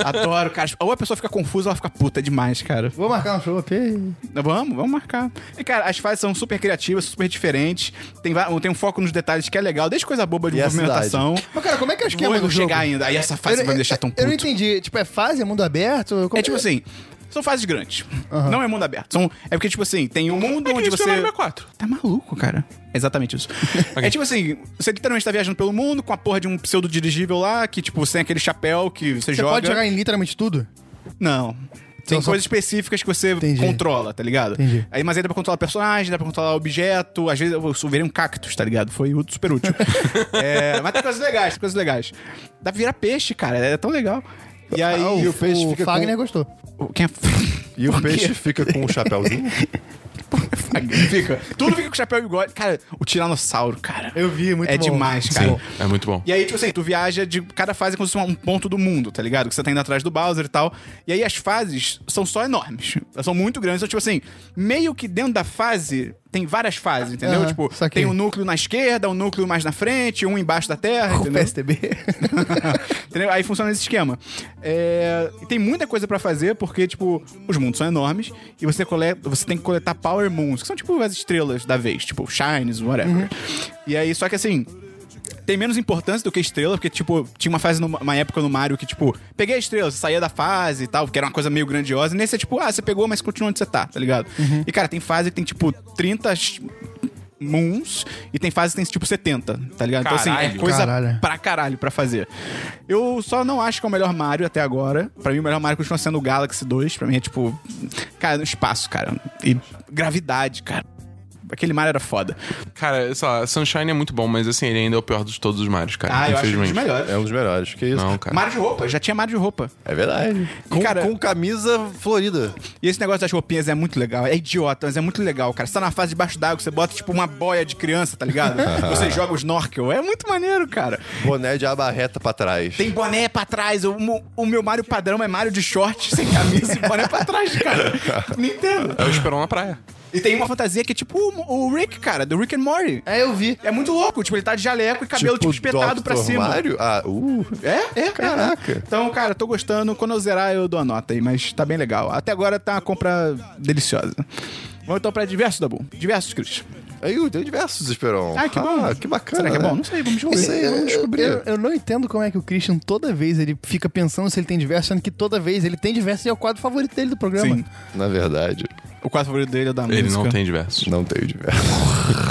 Adoro, cara. Ou a pessoa fica confusa, ou ela fica puta demais, cara. Vou marcar um show aqui. Vamos, vamos marcar. E, cara, as fases são super criativas, super diferentes. Tem, va- tem um foco nos detalhes que é legal, desde coisa boba de E a movimentação. Mas, cara, como é que é o Vou- esquema do vou jogo? chegar ainda. Aí essa fase Eu- vai me eu- deixar tão puto. Eu não entendi. Tipo, é fase? É mundo aberto? Como É tipo assim, são fases grandes. Não é mundo aberto. São, é porque, tipo assim, tem um mundo É que onde nem Super Mario você. 64. Tá maluco, cara. É exatamente isso. É tipo assim, você literalmente tá viajando pelo mundo com a porra de um pseudo dirigível lá, que, tipo, sem aquele chapéu que você, Você joga. pode jogar em literalmente tudo? Não. Tem Então, só- coisas específicas que você Entendi. controla, tá ligado? Entendi. Aí, mas aí dá pra controlar personagem, dá pra controlar objeto. Às vezes eu virei um cactus, tá ligado? Foi ú- super útil. É, mas tem coisas legais, tem coisas legais. Dá pra virar peixe, cara. É tão legal. E aí. Ah, e o peixe o fica Fagner com- gostou. o- Quem é... E o Por quê? peixe fica com o chapéuzinho? fica. Tudo fica com chapéu e bigode. Cara, o Tiranossauro, cara. Eu vi, muito É bom. demais, cara. Sim. É muito bom. E aí, tipo assim, tu viaja de cada fase como se fosse um ponto do mundo, tá ligado? Que você tá indo atrás do Bowser e tal. E aí as fases são só enormes. Elas são muito grandes. Então, tipo assim, meio que dentro da fase tem várias fases, entendeu? Aham, tipo, saquei. tem um núcleo na esquerda, um núcleo mais na frente, um embaixo da terra, O entendeu? PSDB. Entendeu? Aí funciona esse esquema. É, e tem muita coisa pra fazer, porque, tipo, os mundos são enormes e você, coleta, você tem que coletar Power Moons, que são, tipo, as estrelas da vez, tipo, Shines, whatever. E aí, só que assim. Tem menos importância do que estrela, porque, tipo, tinha uma fase, numa uma época no Mario que, tipo, peguei a estrela, você saía da fase e tal, que era uma coisa meio grandiosa. E nesse é tipo, ah, você pegou, mas continua onde você tá, tá ligado? E, cara, tem fase que tem, tipo, 30 moons e tem fase que tem, tipo, 70, tá ligado? então, assim, é Caralho. coisa Caralho. pra caralho pra fazer. Eu só não acho que é o melhor Mario até agora. Pra mim, o melhor Mario continua sendo o Galaxy 2. Pra mim é tipo. Cara, no espaço, cara. E gravidade, cara. Aquele Mario era foda. Cara, sei lá, Sunshine é muito bom, mas assim, ele ainda é o pior de todos os Marios, cara. Ah, eu acho um infelizmente. dos melhores. É um dos melhores. Que isso? Não, cara. Mario de roupa, já tinha Mario de roupa. É verdade. Com, Cara- com camisa florida. E esse negócio das roupinhas é muito legal. É idiota, mas é muito legal, cara. Você tá na fase debaixo d'água, você bota tipo uma boia de criança, tá ligado? você joga o snorkel. É muito maneiro, cara. Boné de aba reta pra trás. Tem boné pra trás. O, mo- o meu Mario padrão é Mario de short, sem camisa e boné pra trás, cara. Nintendo. É o Esperão na praia. E tem uma fantasia que é tipo o, o Rick, cara, do Rick and Morty. É, eu vi. É muito louco, tipo, ele tá de jaleco e cabelo, tipo, espetado Dr. pra cima. Mario? Ah, uh. É, é, caraca. Então, cara, tô gostando. Quando eu zerar, eu dou a nota aí, mas tá bem legal. Até agora tá uma compra deliciosa. Vamos então pra diversos, Dabu. Diversos, Cris. Aí, uh, tem diversos, Esperon. Ah, que bom. que bacana. Será que é né? bom? Não sei, é, vamos Não descobrir. sei, eu não descobri. é, Eu, eu não entendo como é que o Christian, toda vez, ele fica pensando se ele tem diverso, sendo que toda vez ele tem diverso e é o quadro favorito dele do programa. Sim. Na verdade, O quadro favorito dele é o da Ele música. não tem diversos. não tenho diversos.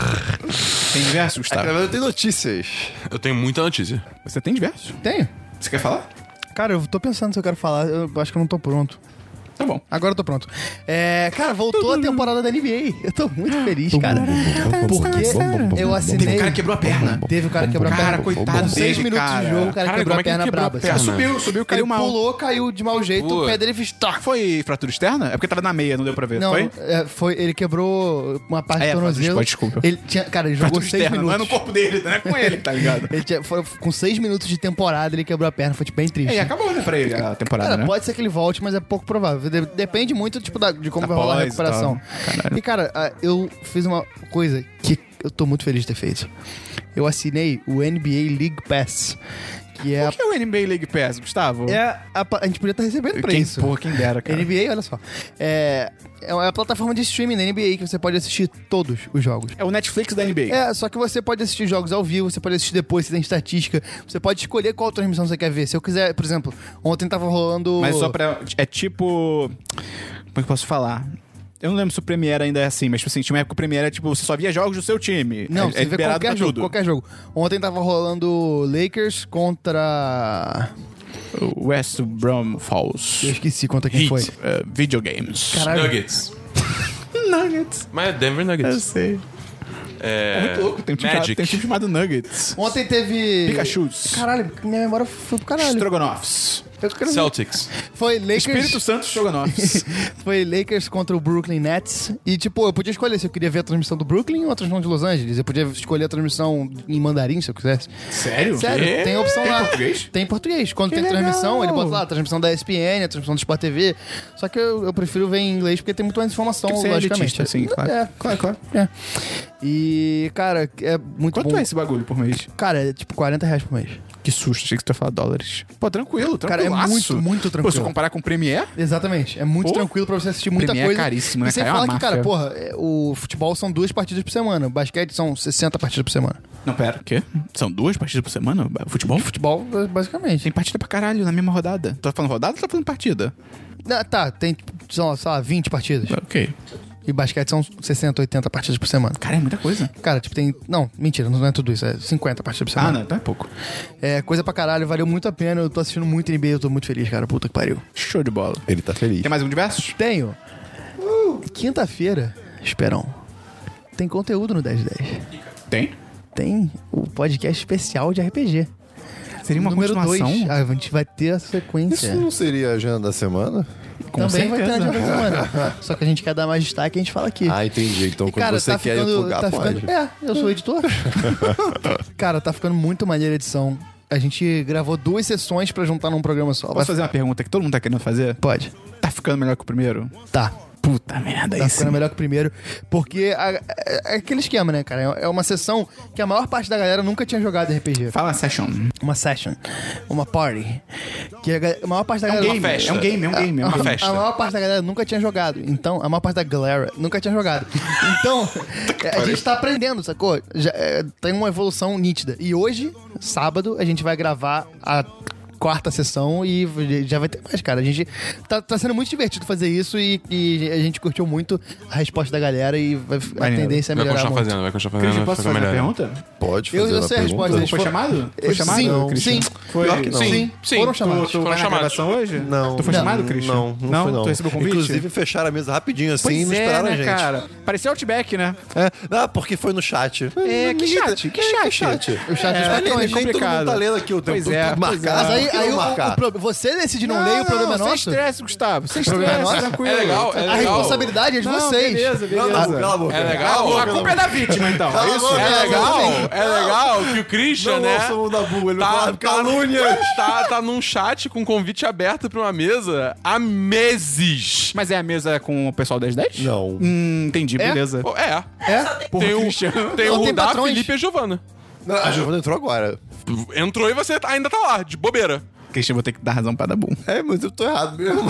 Tem diversos, Na Gustavo? verdade, tem notícias. Eu tenho muita notícia. Você tem diversos? Tenho. Você quer falar? Cara, eu tô pensando se eu quero falar, eu acho que eu não tô pronto. Tá bom. Agora eu tô pronto. É, cara, voltou a temporada da NBA. Eu tô muito feliz, cara. Porque eu assinei. quebrou a perna. Teve o cara quebrar a perna. Cara, coitado Seis dele, minutos cara. de jogo, o cara Cara, quebrou como a é que perna ele quebrou a braba. assim. perna? Subiu, subiu, caiu Ele mal. pulou, caiu de mau jeito, o Putz. pé dele fez toque. Foi fratura externa? É porque tava na meia, não deu pra ver. Não, foi? é, foi, ele quebrou uma parte Ah, é, do tornozelo. pode, desculpa. Ele tinha, cara, ele jogou Fratura seis externa, não é minutos. no corpo dele, não é com ele, tá ligado? Ele tinha- foi- com seis minutos de temporada, ele quebrou a perna, foi tipo, bem triste. É, e acabou, né, pra ele a temporada, Cara, né? pode ser que ele volte, mas é pouco provável. De- depende muito, tipo, da- de como Da vai rolar a pós Tá e tal. né? recuperação. Caralho. E, cara, ah, eu fiz uma coisa que eu tô muito feliz de ter feito. Eu assinei o NBA League Pass, que é, a- O que é o NBA League Pass, Gustavo? é a, pa- a gente podia estar recebendo pra quem, isso. Porra, quem dera, cara. NBA, olha só. É, é uma plataforma de streaming da NBA que você pode assistir todos os jogos. É o Netflix da NBA. É, só que você pode assistir jogos ao vivo, você pode assistir depois, você tem estatística, você pode escolher qual transmissão você quer ver. Se eu quiser, por exemplo, ontem tava rolando. Mas só pra... É tipo... Como é que eu posso falar? Eu não lembro se o Premiere ainda é assim, mas tipo assim, tinha uma época que o Premiere era tipo, você só via jogos do seu time. Não, é, você é vê liberado qualquer pra jogo, tudo. qualquer jogo. Ontem tava rolando Lakers contra. West Brom Eu Falls. esqueci contra quem Heat. foi. eh, videogames. Caralho. Nuggets. Nuggets. Mas é Denver Nuggets. sei. É, Muito louco, tem um time, chamado, Magic. tem um time chamado Nuggets. Ontem teve. Pikachus. Caralho, minha memória foi pro caralho. Strogonoffs. Eu quero- Celtics. Foi Lakers. Espírito Santo Strogonoffs. Foi Lakers contra o Brooklyn Nets. E, tipo, eu podia escolher se eu queria ver a transmissão do Brooklyn ou a transmissão de Los Angeles. Eu podia escolher a transmissão em mandarim, se eu quisesse. Sério? Sério, Quê? tem a opção Tem lá. português? Tem em português. Quando tem legal. transmissão, ele bota lá a transmissão da ESPN, a transmissão do Sport TV. Só que eu, eu prefiro ver em inglês porque tem muito mais informação, Porque você é logicamente. elitista, assim, claro. É, claro, claro. É. E, cara, é muito Quanto bom. é esse bagulho por mês? Cara, é tipo 40 reais por mês. Que susto, achei que tu ia falar dólares. Pô, tranquilo, Cara, é tranquilaço. muito, muito Pô, se eu tranquilo. comparar com o Premiere, Exatamente. É muito Pô, tranquilo pra você assistir muita Premier é coisa. caríssimo, e né, sem cara? É falar uma que, cara, máfia. porra, é, o futebol são duas partidas por semana. O basquete são 60 partidas por semana. Não, pera. O quê? São duas partidas por semana? Futebol? Futebol, basicamente. Tem partida pra caralho na mesma rodada. Tu tá falando rodada ou tá falando partida? Ah, tá, tem, tipo, são, sei lá, 20 partidas. Ok. E basquete são 60, 80 partidas por semana. Cara, é muita coisa. Cara, tipo, tem. Não, mentira, não é tudo isso. É 50 partidas por Ah, semana. não, então é pouco. É coisa pra caralho, valeu muito a pena. Eu tô assistindo muito NBA, eu tô muito feliz, cara. Puta que pariu. Show de bola. Ele tá feliz. Tem mais um diversos? Tenho. Quinta-feira, Esperão. Tem conteúdo no 1010. Tem. Tem o podcast especial de RPG. Seria uma Número continuação? dois. Ah, a gente vai ter a Isso sequência. não seria a agenda da semana? Com Também vai ter certeza. na dica da semana. Só que a gente quer dar mais destaque, a gente fala aqui. Ah, entendi. Então, E, quando cara, você tá quer ir ficando, outro lugar, tá pode. ficando- É, eu sou editor. cara, tá ficando muito maneira a edição. A gente gravou duas sessões pra juntar num programa só. Vai- Posso fazer uma pergunta que todo mundo tá querendo fazer? Pode. Tá ficando melhor que o primeiro? Tá. Puta merda, é Tá isso. ficando melhor que o primeiro. Porque a- é- é aquele esquema, né, cara? É uma sessão que a maior parte da galera nunca tinha jogado RPG. Fala session. Uma session. Uma party. Que a, ga- a maior parte da É um galera. game, é um game, é um game. É um A- game. festa. Então, A maior parte da galera nunca tinha jogado. Então, a maior parte da galera nunca tinha jogado. Então, a gente tá aprendendo, sacou? Já, é, tem uma evolução nítida. E hoje, sábado, a gente vai gravar a quarta sessão e já vai ter mais, cara. A gente tá, tá sendo muito divertido fazer isso e, e a gente curtiu muito a resposta da galera e vai- a Maneiro. tendência é Vai melhorar continuar muito. fazendo, vai continuar Christian, fazendo. vai posso ficar fazer uma melhor. né? pergunta? Pode fazer Eu, eu uma sei a pergunta? resposta. Foi Eles chamado? Foi Sim, chamado, Christian? Sim, Foi. Pior que não. sim, Sim, sim. foram Tu, chamados. tu vai na chamados. gravação hoje? Não. Tu foi não, chamado, Christian? Não, não, foi, não. Tu recebeu o convite? Inclusive, fecharam a mesa rapidinho assim e Pois não é, esperaram né, a gente. cara? Parecia Outback, né? É. Ah, porque foi no chat. É, que Ninguém tá- chat, que chat. O é, chat É, dos Mas Então patrões. nem, nem todo mundo complicado. tá lendo aqui o tempo Pois todo, é, tudo pois marcado. Mas aí, Por que aí não o, marcar? o pro- você decide não, ler, o problema é Sem nosso. estresse, Gustavo. Sem problema é estresse, nosso? tranquilo. É legal, é A legal. responsabilidade é de Não, vocês. beleza, beleza. Não, não, cala a boca. É legal? A culpa é da vítima, então. Cala a É isso? boca, É cala a legal, boca. é legal que o Christian, Não né? ouçam o Dabu, ele tá, fala calúnias. Tá, tá num chat com convite aberto pra uma mesa há meses. Mas é a mesa com o pessoal das 10? Não. Hum, entendi, É? beleza. Pô, É. É? Porra, tem o, Christian. tem Não, o tem Rudá, patrões. Felipe e a Giovana. Não, a Giovana entrou agora. Entrou e você ainda tá lá, de bobeira. Christian, vou ter que dar razão pra dar bom. É, mas eu tô errado mesmo.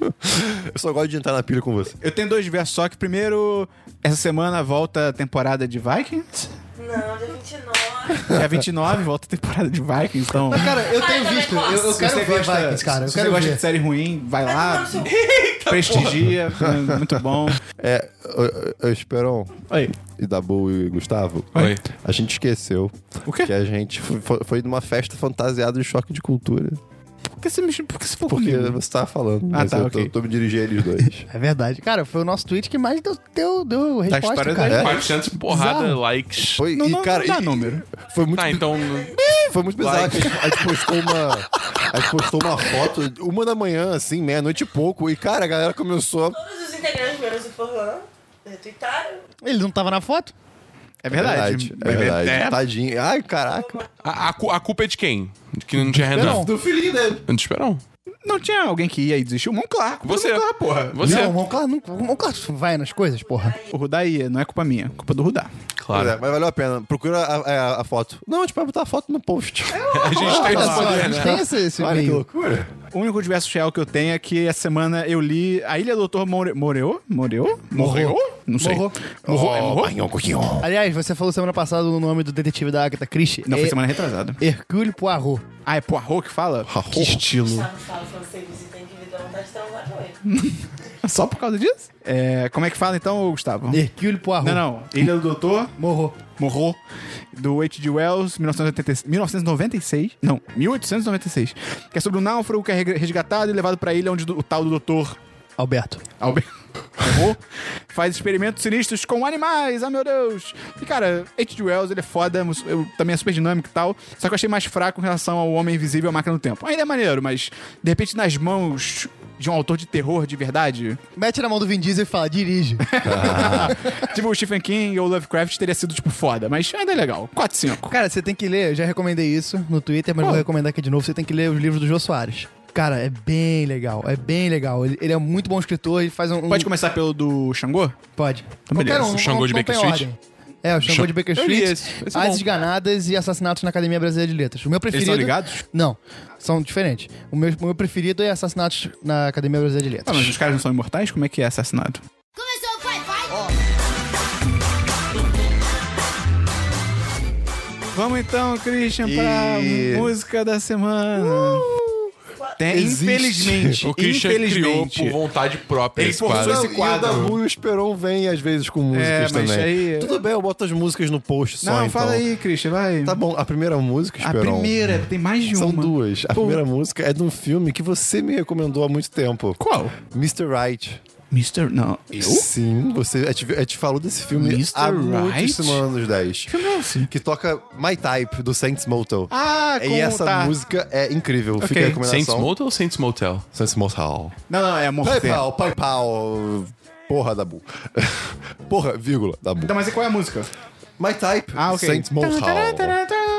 eu só gosto de entrar na pilha com você. Eu tenho dois versos só que primeiro, essa semana volta a temporada de Vikings. Não, dia 29. Dia 29 volta a temporada de Vikings, então. Mas, cara, eu Vai, tenho vai, visto. vai, Eu, eu vai. quero Se você ver gosta- Vikings, cara. Eu se você quero gosta ver. de série ruim, vai lá, Não, seu... prestigia, é muito bom. É, ô, ô, ô, Esperon Oi. e Dabu e Gustavo, Oi. a gente esqueceu O quê? que a gente fo- fo- foi numa festa fantasiada de choque de cultura. Por que você me por que você falou Porque comigo? você tava falando, Ah, mas tá, eu ok. tô, tô me dirigindo a eles dois. É verdade. Cara, foi o nosso tweet que mais deu, deu, deu resposta, história cara. da- 400 porrada É. Bizarro. likes. Foi, Não, e, não, cara, não dá e- número. foi muito Tá, então. Foi muito bizarro. que A gente, a gente postou uma. A gente postou uma foto, uma da manhã, assim, meia-noite e pouco, e cara, a galera começou. Todos os integrantes menos o Forlan retweetaram. Ele não tava na foto? É É verdade. Tá. verdade. É verdade. Tadinho. Ai, caraca. A, a cu- a culpa é de quem? De que não tinha Esperão. Renan? Do filhinho dele. Não te esperam. Não tinha alguém que ia e desistiu? Monclar. Você. Monclar, porra. Você. Não, o Monclar não. O Monclar vai nas coisas, porra. O Rudá ia, não é culpa minha, é culpa do Rudá. Pois Claro. é, mas valeu a pena. Procura a, é, a- a foto. Não, a gente vai botar a foto no post. É A gente tem esse Olha só, a poder, gente né? tem esse, esse Olha que meio. loucura. O único diverso real que eu tenho é que essa semana eu li A Ilha do Doutor More... Moreu? Moreu? Morreu? Não sei. Morrou. Morrou? É, morrou? Aliás, você falou semana passada o nome do detetive da Agatha Christie. Não, foi É semana retrasada. Hercule Poirot. Ah, é Poirot que fala? Que estilo. Gustavo fala quando você visita tem que vir dar vontade de transar com ele. Só por causa disso? É, como é que fala então, Gustavo? Hercule Poirot. Não, não. Ilha do Doutor Morrou. Morrou, do H.G. Wells, 1986, 1996, não, 1896, que é sobre um náufrago que é re- resgatado e levado pra ilha onde do- o tal do doutor Alberto. Albert Morrou faz experimentos sinistros com animais, ah meu Deus. E cara, H.G. Wells, ele é foda, mus- eu- também é super dinâmico e tal, só que eu achei mais fraco em relação ao Homem Invisível e a Máquina do Tempo. Ainda é maneiro, mas de repente nas mãos de um autor de terror de verdade, Mete na mão do Vin Diesel e fala, dirige. tipo o Stephen King ou Lovecraft teria sido tipo foda, mas ainda é legal. 4 5. Cara, você tem que ler, eu já recomendei isso no Twitter, mas Qual? vou recomendar aqui de novo. Você tem que ler os livros do Jô Soares. Cara, é bem legal, é bem legal. Ele, ele é um muito bom escritor, ele faz um. um- Pode começar pelo do Xangô? Pode. beleza. Qualquer um, Ah, O Xangô não- de não Baker tem Street? ordem. É, o Xangô Xan- de Baker Eu li Street, esse. Esse é As bom. Desganadas e Assassinatos na Academia Brasileira de Letras. O meu preferido... são ligados? Não, são diferentes. O meu, o meu preferido é Assassinatos na Academia Brasileira de Ah, Letras. mas os caras não são imortais? Como é que é assassinado? Começou, vai, vai! Vamos então, Christian, pra E- Uh! música da semana. Tem, Existe. infelizmente, O Christian criou infelizmente. por vontade própria Ele esse forçou quadro. esse quadro. E o Dabu e o Esperon vêm às vezes com músicas É, mas também. aí- é- Tudo bem, eu boto as músicas no post só, não, então. fala aí, Christian, vai. Tá bom, a primeira música, a Esperon. primeira, tem mais de São uma. duas. A Pô, primeira música é de um filme que você me recomendou há muito tempo. Qual? Mr. Right. Mr. Não. Sim, você. A gente, a gente falou desse filme Mr. há muitos Right? semanas nos 10. filme é esse? Que toca My Type, do Saints Motel. Ah, E com- essa tá. música é incrível. Fica Ok. a recomendação. Saints Motel ou Saints Motel? Saints Motel. Não, não, é amor. Terra. PayPal, PayPal. Porra, Dabu. Porra, vírgula, Dabu. Então, mas e qual é a música? My Type, Ah, ok. Saints Motel.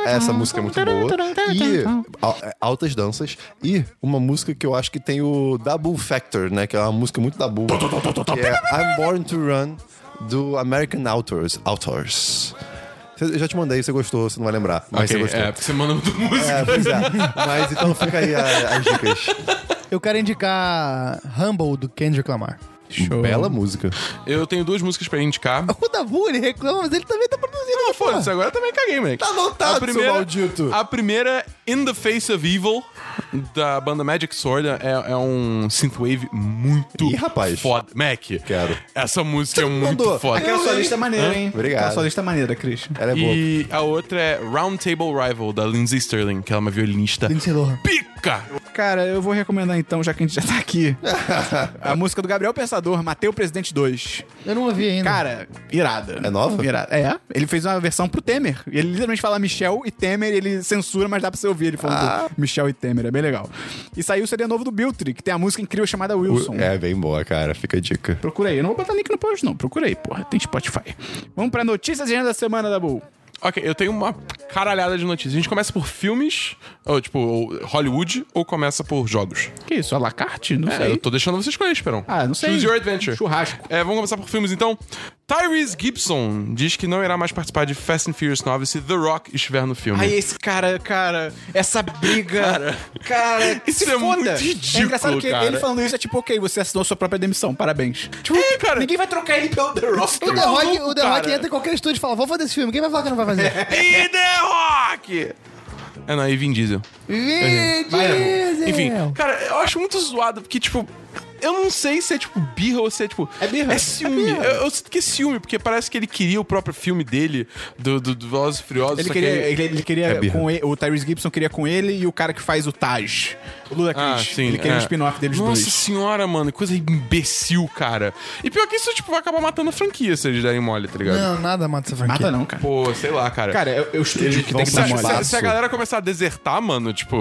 Essa música é muito boa. E al- é, altas danças. E uma música que eu acho que tem o Double Factor, né? Que é uma música muito Double. Que é I'm Born to Run, do American Authors. Authors. Cê- Eu já te mandei, você gostou, você não vai lembrar. Mas Ok, você gostou. é, porque você manda muito música. É, pois é. Mas então fica aí a- as dicas. Eu quero indicar Humble, do Kendrick Lamar. Show. Bela música. É. Eu tenho duas músicas pra indicar. O Dabu, ele reclama, mas ele também tá produzindo. Não, né, porra? foda-se, agora eu também caguei, moleque. Tá voltado, seu maldito. A primeira, In the Face of Evil, da banda Magic Sword, é, é um synthwave muito Ih, rapaz. foda. Mac, Quero. essa música é muito mandou. foda. Aquela sua lista é maneira, hein? Obrigado. Aquela sua lista maneira, Cris. Ela é boa. E a outra é Round Table Rival, da Lindsay Sterling, que ela é uma violinista Lindsay Lohan. pica. Cara, eu vou recomendar então, já que a gente já tá aqui, a música do Gabriel Pensador, Matei o Presidente 2. Eu não ouvi ainda. Cara, irada. É nova? Irada. É. Ele fez uma versão pro Temer. E Ele literalmente fala Michel e Temer, ele censura, mas dá pra você ouvir ele falando Ah. Michel e Temer. É bem legal. E saiu o CD novo do Biltry, que tem a música incrível chamada Wilson. É bem boa, cara. Fica a dica. Procura aí. Eu não vou botar link no post, não. Procura aí, porra. Tem Spotify. Vamos pra notícias e agenda da semana, Dabu. Ok, eu tenho uma caralhada de notícias. A gente começa por filmes, ou tipo, ou Hollywood, ou começa por jogos? Que isso? A la carte? Não É, sei. eu tô deixando você escolher, Esperão. Ah, não sei. Choose your adventure. Churrasco. É, vamos começar por filmes então. Tyrese Gibson diz que não irá mais participar de Fast and Furious 9 se The Rock estiver no filme. Ai, esse cara, cara, essa briga. Cara, isso se foda. é muito ridículo, É engraçado que cara. ele falando isso é tipo, ok, você assinou sua própria demissão, parabéns. Tipo, É, cara. é ninguém vai trocar ele pelo The Rock. tá O The Rock, o The cara. Rock entra em qualquer estúdio e fala: vou fazer esse filme, quem vai falar que não vai fazer? E The Rock! É, não, e Vin Diesel. Vin Vai, É. Diesel. Enfim, cara, eu acho muito zoado, porque, tipo, eu não sei se é, tipo, birra ou se é, tipo... É birra. É ciúme. É birra. Eu, eu sinto que é ciúme, porque parece que ele queria o próprio filme dele, do, do, do Velozes e Furiosos. Ele só queria, que aí- ele, ele queria É birra. com ele, o Tyrese Gibson queria com ele e o cara que faz o Taj, o Ludacris. Ah, sim. ele queria é. um spin-off deles Nossa dois. senhora, mano, que coisa imbecil, cara. E pior que isso, tipo, vai acabar matando a franquia se eles derem mole, tá ligado? Não, nada mata essa franquia. Mata não, cara. Pô, sei lá, cara. Cara, eu, eu estúdio que é tem que se, dar se- mole. se a galera começar a desertar, mano, tipo,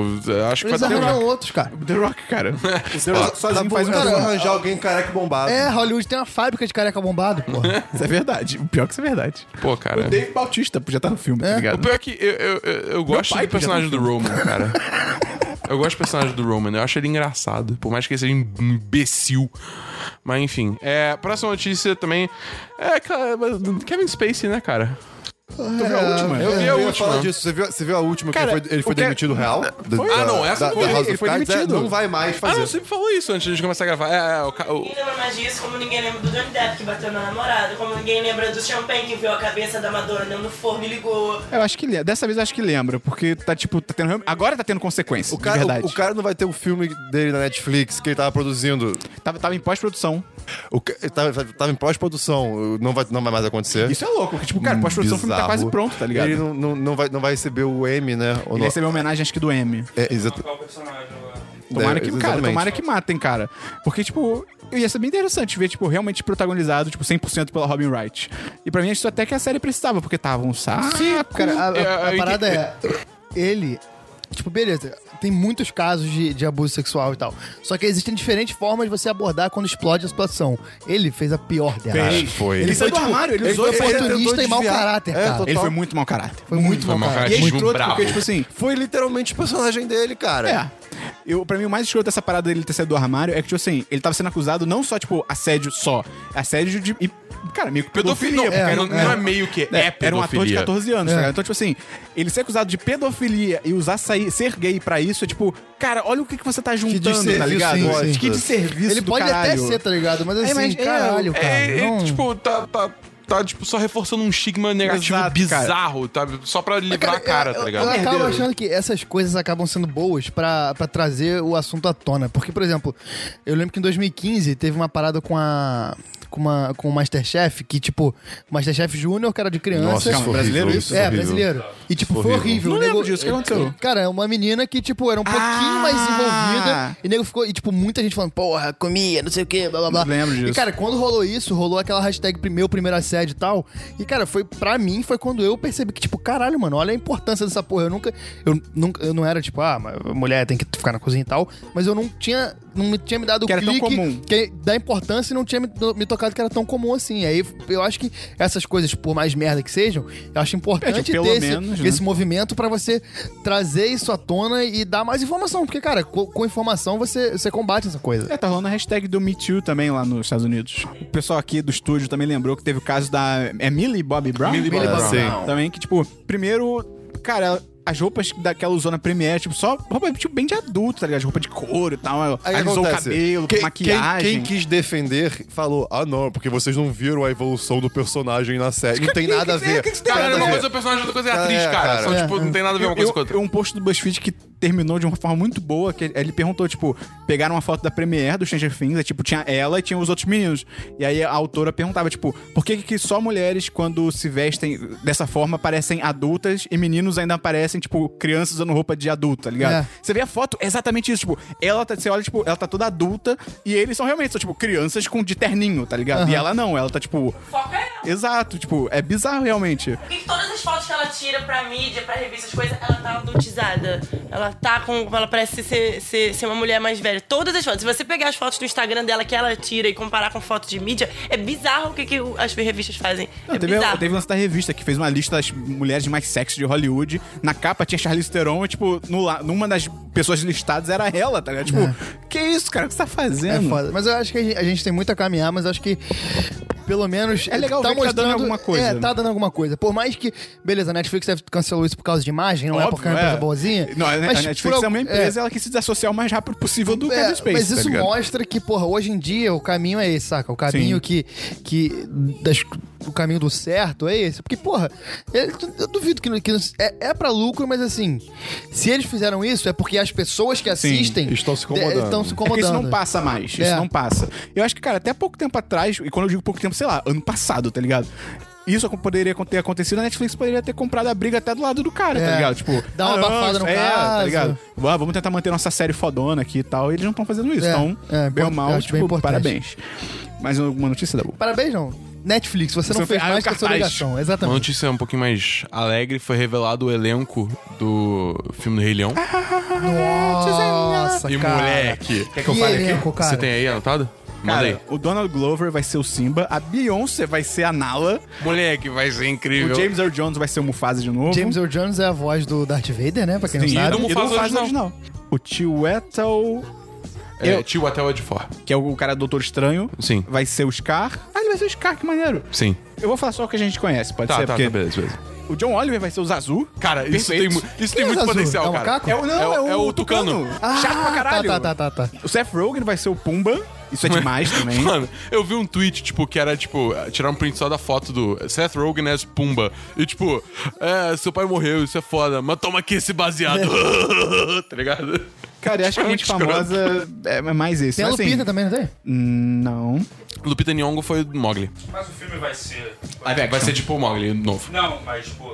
acho que vai Eles dar arranjam merda. outros, cara. The Rock, cara. O The Rock sozinho faz um cara, filme. arranjar alguém careca bombado. É, Hollywood tem uma fábrica de careca bombado. porra. Isso é verdade. O pior que isso é verdade. Pô, cara. O Dave Bautista podia estar no filme, tá O ligado? pior é que eu, eu, eu- eu gosto pai do personagem do Roman, cara. Eu gosto do personagem do Roman, eu acho ele engraçado, por mais que ele seja im- imbecil. Mas enfim, é, próxima notícia também é cara, Kevin Spacey, né, cara? Tu viu a última? Eu vi a É, Eu ia última. falar disso. Você viu, você viu a última Cara, que ele foi, ele foi o que- demitido real? Foi? Ah, não, essa foi. Ele House of foi Cards, é, demitido. Não vai mais Ah, não, fazer. você me falou isso antes de começar a gravar. É, é, o, ca- o- Ninguém lembra mais disso, como ninguém lembra do Johnny Depp que bateu na namorada, como ninguém lembra do champanhe que viu a cabeça da Madonna dentro do forno e ligou. Eu acho que lembra. Dessa vez eu acho que lembra, porque tá tipo, tá tendo. real- Agora tá tendo consequência. o, cara, de o, verdade. o cara não vai ter o filme dele na Netflix que ele tava produzindo. Tava, tava em pós-produção. O, ca- ele tava, tava em pós-produção. Não vai, não vai mais acontecer. Isso é louco. que, Tipo, cara, pós-produção o filme tá Hum, Bizarro. quase pronto, tá ligado? Ele Ele, não, não, não vai, não vai receber o M, né? Ou não- recebeu homenagem, acho que do M. É, exato. Tomara É, que, cara, exatamente. tomara que matem, cara. Porque, tipo, ia ser bem interessante ver, tipo, realmente protagonizado, tipo, 100% pela Robin Wright. E pra mim, isso até que a série precisava, porque tava um saco. Cara, a, a- Eu- eu a parada é. Ele. Tipo, beleza, tem muitos casos de, de abuso sexual e tal. Só que existem diferentes formas de você abordar quando explode a situação. Ele fez a pior delas. Fez. foi. Ele, Ele saiu do tipo, armário, ele, ele usou foi ele, oportunista tentou e mau desviar. caráter, É, cara. total. ele foi muito mau caráter. Foi muito Foi bom, mau cara. E é Muito escroto, bravo. porque, tipo assim, Foi literalmente o personagem dele, cara. É. Eu, pra mim, o mais escroto dessa parada dele ter saído do armário é que, tipo assim, ele tava sendo acusado não só, tipo, assédio só, assédio de. e, cara, meio que Pedofilia, pedofilia. não, porque não, era um- não é meio que, é, é, era um ator de pedofilia. 14 anos, tá ligado? Então, tipo assim, ele ser acusado de pedofilia e usar sair, ser gay pra isso é tipo, cara, olha o que, que você tá juntando, tá desserviço, ligado? sim, sim. Que desserviço Ele é do pode até caralho. ser, tá ligado? Mas assim, mas é, caralho, cara. É, é, não- tipo, tá, tá tá, tipo, só reforçando um estigma negativo Exato, cara. bizarro, tá? Só pra livrar a cara, tá ligado? Eu, eu acabo Perderam. achando que essas coisas acabam sendo boas pra, pra trazer o assunto à tona. Porque, por exemplo, eu lembro que em 2015 teve uma parada com a. Com, uma, com o Masterchef, que, tipo, Masterchef Júnior, cara de criança. Nossa, isso foi brasileiro horrível, isso? foi É, horrível. brasileiro. E, tipo, foi horrível. horrível. Não O nego- lembro disso, o que aconteceu? Cara, é uma menina que, tipo, era um pouquinho Ah! mais envolvida. E, nego, ficou... E, tipo, muita gente falando, porra, comia, não sei o quê, blá, blá, blá. Lembro disso. E, cara, quando rolou isso, rolou aquela hashtag prime- meu primeiro assédio e tal. E, cara, foi pra mim, foi quando eu percebi que, tipo, caralho, mano, olha a importância dessa porra. Eu nunca. Eu, nunca, eu não era, tipo, ah, mas mulher tem que ficar na cozinha e tal. Mas eu não tinha. Não me tinha me dado o Que era tão clique comum. que- da importância e não tinha me, me tocado que era tão comum assim. Aí eu acho que essas coisas, por mais merda que sejam, eu acho importante pelo ter esse, menos, né? esse movimento pra você trazer isso à tona e dar mais informação. Porque, cara, co- com, informação você, você combate essa coisa. É, tá rolando a hashtag do Me Too também lá nos Estados Unidos. O pessoal aqui do estúdio também lembrou que teve o caso da. É Millie Bobby Brown? É, Millie Bobby Brown. Sim. Também que, tipo, primeiro, cara. As roupas da- que ela usou na Premiere, tipo, só roupa tipo, bem de adulto, tá ligado? Roupa de couro e tal. Aí alisou o acontece, cabelo, quem- maquiagem. Quem, quem quis defender falou: ah, não, porque vocês não viram a evolução do personagem na série. Não tem nada a que- ver. que- que- Cara, Nada uma a ver. coisa é o personagem, outra coisa é a atriz, É, cara. cara. Só, É. tipo, não tem nada a ver uma coisa eu, com outra. eu- um post do BuzzFeed que terminou de uma forma muito boa, que ele perguntou, tipo, pegaram uma foto da Premiere do Stranger Things, aí, tipo, tinha ela e tinha os outros meninos. E aí a autora perguntava, tipo, por que que só mulheres, quando se vestem dessa forma, parecem adultas e meninos ainda parecem, tipo, crianças usando roupa de adulto, tá ligado? É. Você vê a foto, é exatamente isso, tipo, ela tá, você olha, tipo, ela tá toda adulta e eles são realmente, são, tipo, crianças com de terninho, tá ligado? E ela não, ela tá, tipo... Foca é ela. Exato, tipo, é bizarro realmente. Por que que todas as fotos que ela tira pra mídia, pra revista, as coisas, ela tá adultizada? Ela tá com. Ela parece ser, ser, ser uma mulher mais velha. Todas as fotos. Se você pegar as fotos do Instagram dela que ela tira e comparar com fotos de mídia, é bizarro o que, que o- as revistas fazem. Não, é teve, bizarro. teve o lance da revista que fez uma lista das mulheres mais sexy de Hollywood. Na capa tinha Charlize Theron e, tipo, no la- numa das pessoas listadas era ela, tá ligado? Tipo, que isso, cara? O que você tá É fazendo? foda. Mas eu acho que a gente, a gente tem muito a caminhar, mas eu acho que pelo menos. É legal ver que tá dando alguma coisa, É, né? tá dando alguma coisa. Por mais que. Beleza, a Netflix deve- cancelou isso por causa de imagem, não é por Óbvio, causa de coisa boazinha. Não, a mas tipo, a Netflix por é al- uma empresa, ela quis se desassociar o mais rápido possível do Kevin Space. É, mas isso tá ligado? mostra que, porra, hoje em dia o caminho é esse, saca? O caminho Sim. que. que das, o caminho do certo é esse. Porque, porra, eu, eu duvido que. não- que não- é, é pra lucro, mas assim. Se eles fizeram isso, é porque as pessoas que assistem. estão se incomodando. eh, Estão se É porque incomodando. isso não passa mais. Isso É. não passa. Eu acho que, cara, até pouco tempo atrás, e quando eu digo pouco tempo, sei lá, ano passado, tá ligado? Isso acon- poderia ter acontecido, a Netflix poderia ter comprado a briga até do lado do cara, É. tá ligado? Tipo, Dá uma não, abafada no é, caso. tá ligado? Ah, vamos tentar manter nossa série fodona aqui e tal. E eles não estão fazendo isso. É, Então, é, bem ou import- mal, eu acho bem tipo, importante. parabéns. Mais alguma notícia da Parabéns, não. Netflix, você, não Você fez fez- ah, mais é que o a sua cartaz. obrigação. Uma Exatamente. notícia um pouquinho mais alegre foi revelado o elenco do filme do Rei Leão. Nossa, e Ah, cara. moleque. Quer que eu Que é fale elenco, aqui? cara. Você tem aí anotado? Manda aí. Cara, o Donald Glover vai ser o Simba, a Beyoncé vai ser a Nala, Moleque, vai é ser incrível. o James Earl Jones vai ser o Mufasa de novo. James Earl Jones é a voz do Darth Vader, né? Pra quem Sim, é um e não sabe. do Mufasa, Mufasa original. O Tio Etel é, eu- Tio até o Edfor. que é o cara do Doutor Estranho. Sim. Vai ser o Scar. Ah, ele vai ser o Scar, que maneiro. Sim. Eu vou falar só o que a gente conhece, pode Tá, ser, tá, porque tá, beleza, beleza. o John Oliver vai ser o Zazu. Cara, isso tem, Perfeito. mu- isso tem Quem é muito Zazu? potencial, É um cara. macaco? É o, não, é, o, é o Tucano. Tucano. Ah, Chato pra caralho. Tá, tá, tá, tá. tá. O Seth Rogen vai ser o Pumba. Isso é demais também. Mano, eu vi um tweet, tipo, que era, tipo, tirar um print só da foto do Seth Rogen as Pumba. E, tipo, é, seu pai morreu, isso é foda, mas toma aqui esse baseado. tá ligado? Cara, eu acho que a gente Escroto. famosa é mais isso. Tem a Mas, assim, hum, Lupita também, não tem? Não. Lupita Nyong'o foi do Mogli. Mas o filme vai ser. Vai ser tipo o Mogli novo. Não, mas tipo.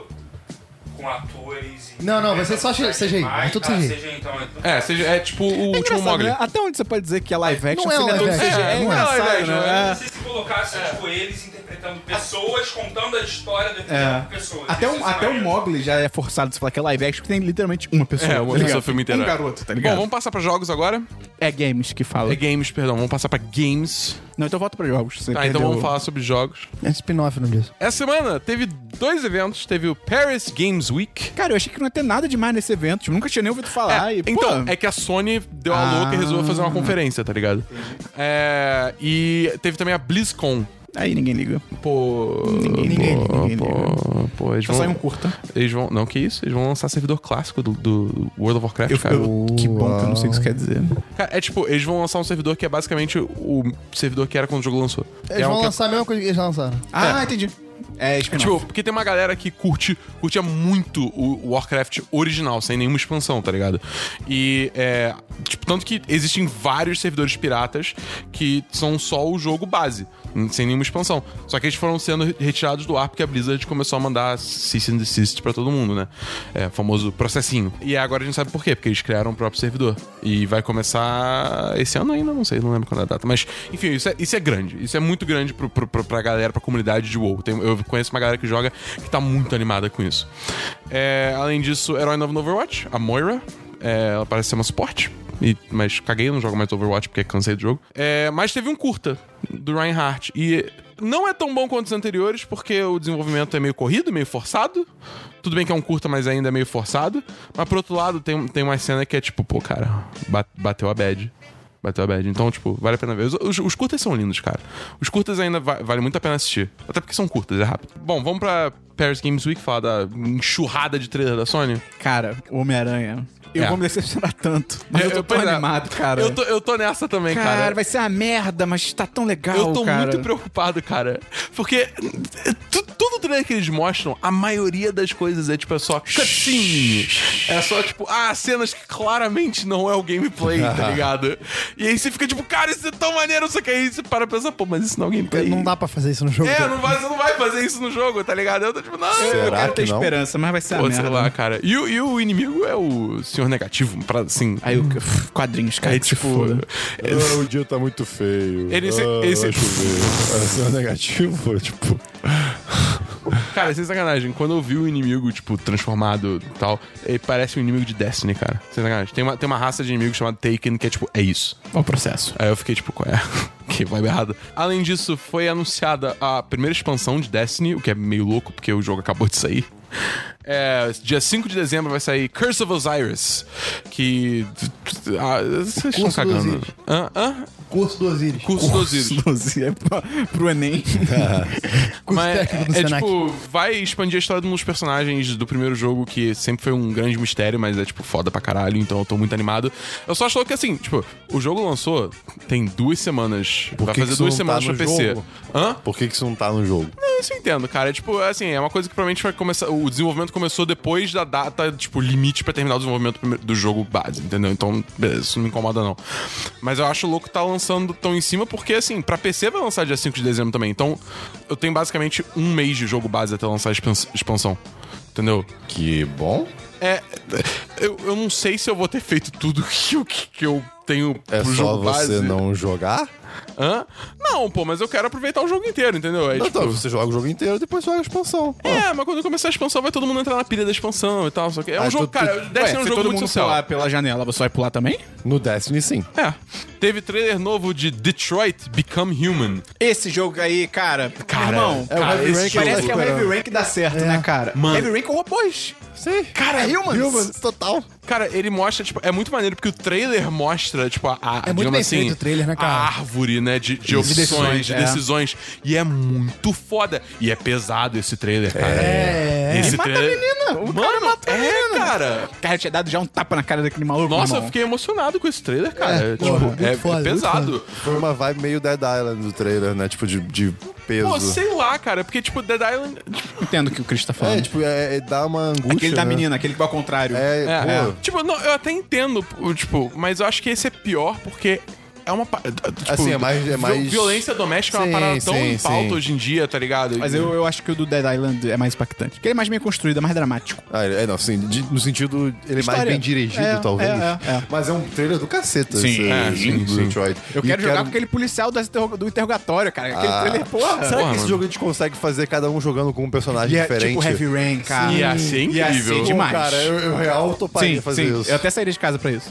Com atores e. Não, não, vai ser só Mas- CGI, vai é tudo ah, CGI. CGI, então. então- É, seja, é tipo o É último engraçado, Mogli. né? Até onde você pode dizer que é live action? Não é se ele live todo action, CGI? É, não é engraçado, live action, é. né? Se se colocasse, tipo, eles interpretando pessoas, contando a história da É. vida de pessoas. Até, um Isso o, é até o maneiro. Mogli já é forçado de falar que é live action, porque tem literalmente uma pessoa. É, uma tá ligado? pessoa o filme inteiro. Um garoto, tá Bom, ligado? vamos passar pra jogos agora. é games que fala. É games, perdão. Vamos passar pra games. Não, então volta pra jogos. Você Tá, então perdeu- vamos falar sobre jogos. É spin-off, não disso. Essa semana teve dois eventos. Teve o Paris Games Week. Cara, eu achei que não ia ter nada demais nesse evento. Tipo, nunca tinha nem ouvido falar. É, e, pô, Ah. então, é que a Sony deu a louca e resolveu fazer uma conferência, tá ligado? É, e teve também a BlizzCon. Aí ninguém liga. Então Pô. Ninguém liga, ninguém liga. Pô, pô, Pô, eles Só vão, sai um curta. Eles vão. Não, que isso? Eles vão lançar servidor clássico do, do World of Warcraft, Eu, cara. eu- que bom que eu não sei o que isso quer dizer. Cara, é tipo, eles vão lançar um servidor que é basicamente o servidor que era quando o jogo lançou. Eles é um vão que- lançar a mesma coisa que eles já lançaram. Ah, entendi. É, É, spin tipo, porque tem uma galera que curte, curtia muito o Warcraft original, sem nenhuma expansão, tá ligado? E é. Tipo, tanto que existem vários servidores piratas que são só o jogo base, sem nenhuma expansão. Só que eles foram sendo retirados do ar porque a Blizzard começou a mandar cease and desist pra todo mundo, né? É, o famoso processinho. E agora a gente sabe por quê, porque eles criaram o próprio servidor. E vai começar esse ano ainda, não sei, não lembro qual é a data. Mas, enfim, isso é, isso é grande. Isso é muito grande pro, pro, pro, pra galera, pra comunidade de WoW. Tem- eu conheço uma galera que joga que tá muito animada com isso. É, além disso, herói novo no Overwatch, a Moira. É, ela parece ser uma suporte. E, mas caguei, não jogo mais Overwatch porque cansei do jogo. É, mas teve um curta do Reinhardt. E não é tão bom quanto os anteriores, porque o desenvolvimento é meio corrido, meio forçado. Tudo bem que é um curta, mas ainda é meio forçado. Mas por outro lado, tem, tem uma cena que é tipo, pô, cara, ba- bateu a bad. Bateu a bad. Então, tipo, vale a pena ver. Os, os- os curtas são lindos, cara. Os curtas ainda va- vale muito a pena assistir. Até porque são curtas, é rápido. Bom, vamos pra Paris Games Week falar da enxurrada de trailer da Sony. Cara, o Homem-Aranha. Eu Tipo- É. vou me decepcionar tanto. Mas eu, tô tão pois é. animado, cara. Eu tô, eu tô nessa também, Cara, cara. vai ser uma merda, mas tá tão legal, Eu tô cara. muito preocupado, cara. Porque tu- todo trailer que eles mostram, a maioria das coisas é tipo, é só cutscene. É só tipo, ah, cenas que claramente não é o gameplay, tá ligado? E aí você fica tipo, cara, isso é tão maneiro, só que aí você para e pensa, pô, mas isso não é o gameplay. Não dá pra fazer isso no jogo. É, não vai, você não vai fazer isso no jogo, tá ligado? Eu tô tipo, não. Eu Será quero ter que não? esperança, mas vai ser Pô, uma sei é merda. né? lá, cara. E, o- e o inimigo é o senhor negativo, pra, assim. Aí o pff, quadrinhos, cara, Aí, que se tipo, foda. é- o dia tá muito feio. Ah, Ele se- ele se- vai chover. Esse é negativo, tipo... Cara, sem sacanagem, quando eu vi o inimigo, tipo, transformado e tal, ele parece um inimigo de Destiny, cara. Sem sacanagem. Tem uma, tem uma raça de inimigo chamada Taken que é tipo, é isso. Qual o processo? Aí eu fiquei tipo, qual é? que vibe errada. Além disso, foi anunciada a primeira expansão de Destiny, o que é meio louco, porque o jogo acabou de sair. É, dia 5 de dezembro vai sair Curse of Osiris, que... Ah, vocês estão Curso do cagando. Osiris. Hã? Hã? Curso do Osiris. Curso do Osiris. Doze é pra- pro Enem. Curso Mas técnico do é Senac. tipo, vai expandir a história de um dos personagens do primeiro jogo, que sempre foi um grande mistério, mas é tipo foda pra caralho, então eu tô muito animado. Eu só acho que assim, tipo, o jogo lançou tem duas semanas. Por vai que fazer que isso duas não tá semanas no pra PC. jogo? Hã? Por que que isso não tá no jogo? Isso eu entendo, cara. É tipo, assim, é uma coisa que provavelmente vai começar. O desenvolvimento começou depois da data, tipo, limite pra terminar o desenvolvimento prime- do jogo base, entendeu? Então, beleza, isso não me incomoda, não. Mas eu acho louco tá lançando tão em cima, porque, assim, pra PC vai lançar dia 5 de dezembro também. Então, eu tenho basicamente um mês de jogo base até lançar a expans- expansão. Entendeu? Que bom. É. Eu, eu não sei se eu vou ter feito tudo que, eu- que, que eu tenho É pro só jogo você base. não jogar? Hã? Não, pô, mas eu quero aproveitar o jogo inteiro, entendeu? É, Não, tipo- então, você joga o jogo inteiro, depois joga a expansão. É, mas quando começar a expansão, vai todo mundo entrar na pilha da expansão e tal. Só que é um Ah, jogo, tu- tu- cara, deve Ué, ser um se jogo todo muito mundo social. pular pela janela, você vai pular também? No Destiny, sim. É. Teve trailer novo de Detroit Become Human. Esse jogo aí, cara, Cara, irmão, o cara, Heavy esse Rain que eu parece tô que é o é Heavy esperando. Rain que dá certo, né, cara? Mano. Heavy Rain com robôs. Sim. É É, Cara, humans. Humans, total. Cara, ele mostra, tipo, é muito maneiro porque o trailer mostra, tipo, a, a É muito digamos bem assim, feito o trailer, né, cara? a árvore, né, de, de opções, decisões, de é. decisões. E é muito foda. E é pesado esse trailer, cara. É. Esse E mata a trailer... menina, o Mano, cara mata a é, menina. cara. Cara, eu tinha dado já um tapa na cara daquele maluco, Nossa, irmão. eu fiquei emocionado com esse trailer, cara. É, tipo, porra, muito é, é foda, muito pesado. Foi uma vibe meio Dead Island do trailer, né? Tipo, de, de peso. Pô, sei lá, cara, porque, tipo, Dead Island. Entendo o que o Chris tá É, falando. tipo, é, é- dá uma angústia, aquele da né? menina, aquele que vai ao contrário. É, É, pô... Tipo, não, eu até entendo, o- tipo, mas eu acho que esse é pior porque. É uma. pa- Tipo, Assim, é mais- é vi- mais- Violência doméstica é Sim, uma parada tão sim, em pauta sim. hoje em dia, tá ligado? Mas eu, eu acho que o do Dead Island é mais impactante. Porque ele é mais bem construído, é mais dramático. Ah, ele- é, não, sim, de- no sentido, ele é mais História. bem dirigido, É, talvez. é, é, é. Mas é um trailer do caceta, Sim, esse é, sim, do sim. Detroit. Eu E quero jogar com aquele policial das interro- do interrogatório, cara. Aquele Ah. trailer, porra. Será que Porra, esse mano. jogo a gente consegue fazer cada um jogando com um personagem E é diferente? tipo Heavy Rain, cara. Ia ser incrível. Ia ser Pô, demais. Cara, eu, eu real toparia sim, fazer sim. isso. Eu até sairia de casa pra isso.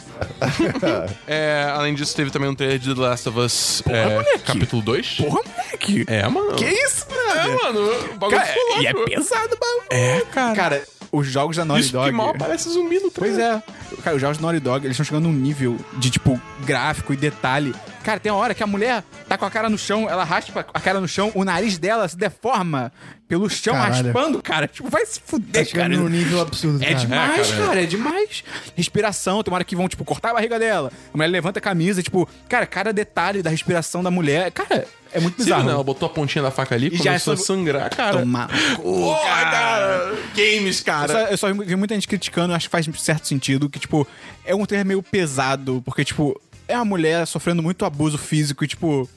É, além disso, teve também um trailer de The Last of Us é, moleque. capítulo 2. Porra, moleque. É, mano. Que isso, É, mano? mano. O bagulho Cara, ficou e é louco. pesado o bagulho. É, cara. Cara, o, os jogos da Naughty Isso Dog. que mal parece zumbi no Pois trailer. é. Cara, os jogos do Naughty Dog, eles estão chegando num nível de, tipo, gráfico e detalhe. Cara, tem uma hora que a mulher tá com a cara no chão, ela raspa a cara no chão, o nariz dela se deforma pelo chão Caralho. raspando, cara. Tipo, vai se Tá fuder, cara. chegando num nível absurdo, É cara. demais, cara. é demais. Respiração, tem uma hora que vão, tipo, cortar a barriga dela. A mulher levanta a camisa, tipo, cara, cada detalhe da respiração da mulher. Cara, é muito Sim, bizarro. não, ela botou a pontinha da faca ali e E já começou é a sangrar, cara. Tomar no cu, Porra, cara. cara. Games, Eu cara. só, eu só vi muita gente criticando, acho que faz certo sentido, que, tipo, é um trailer meio pesado, porque, tipo, é uma mulher sofrendo muito abuso físico e, tipo,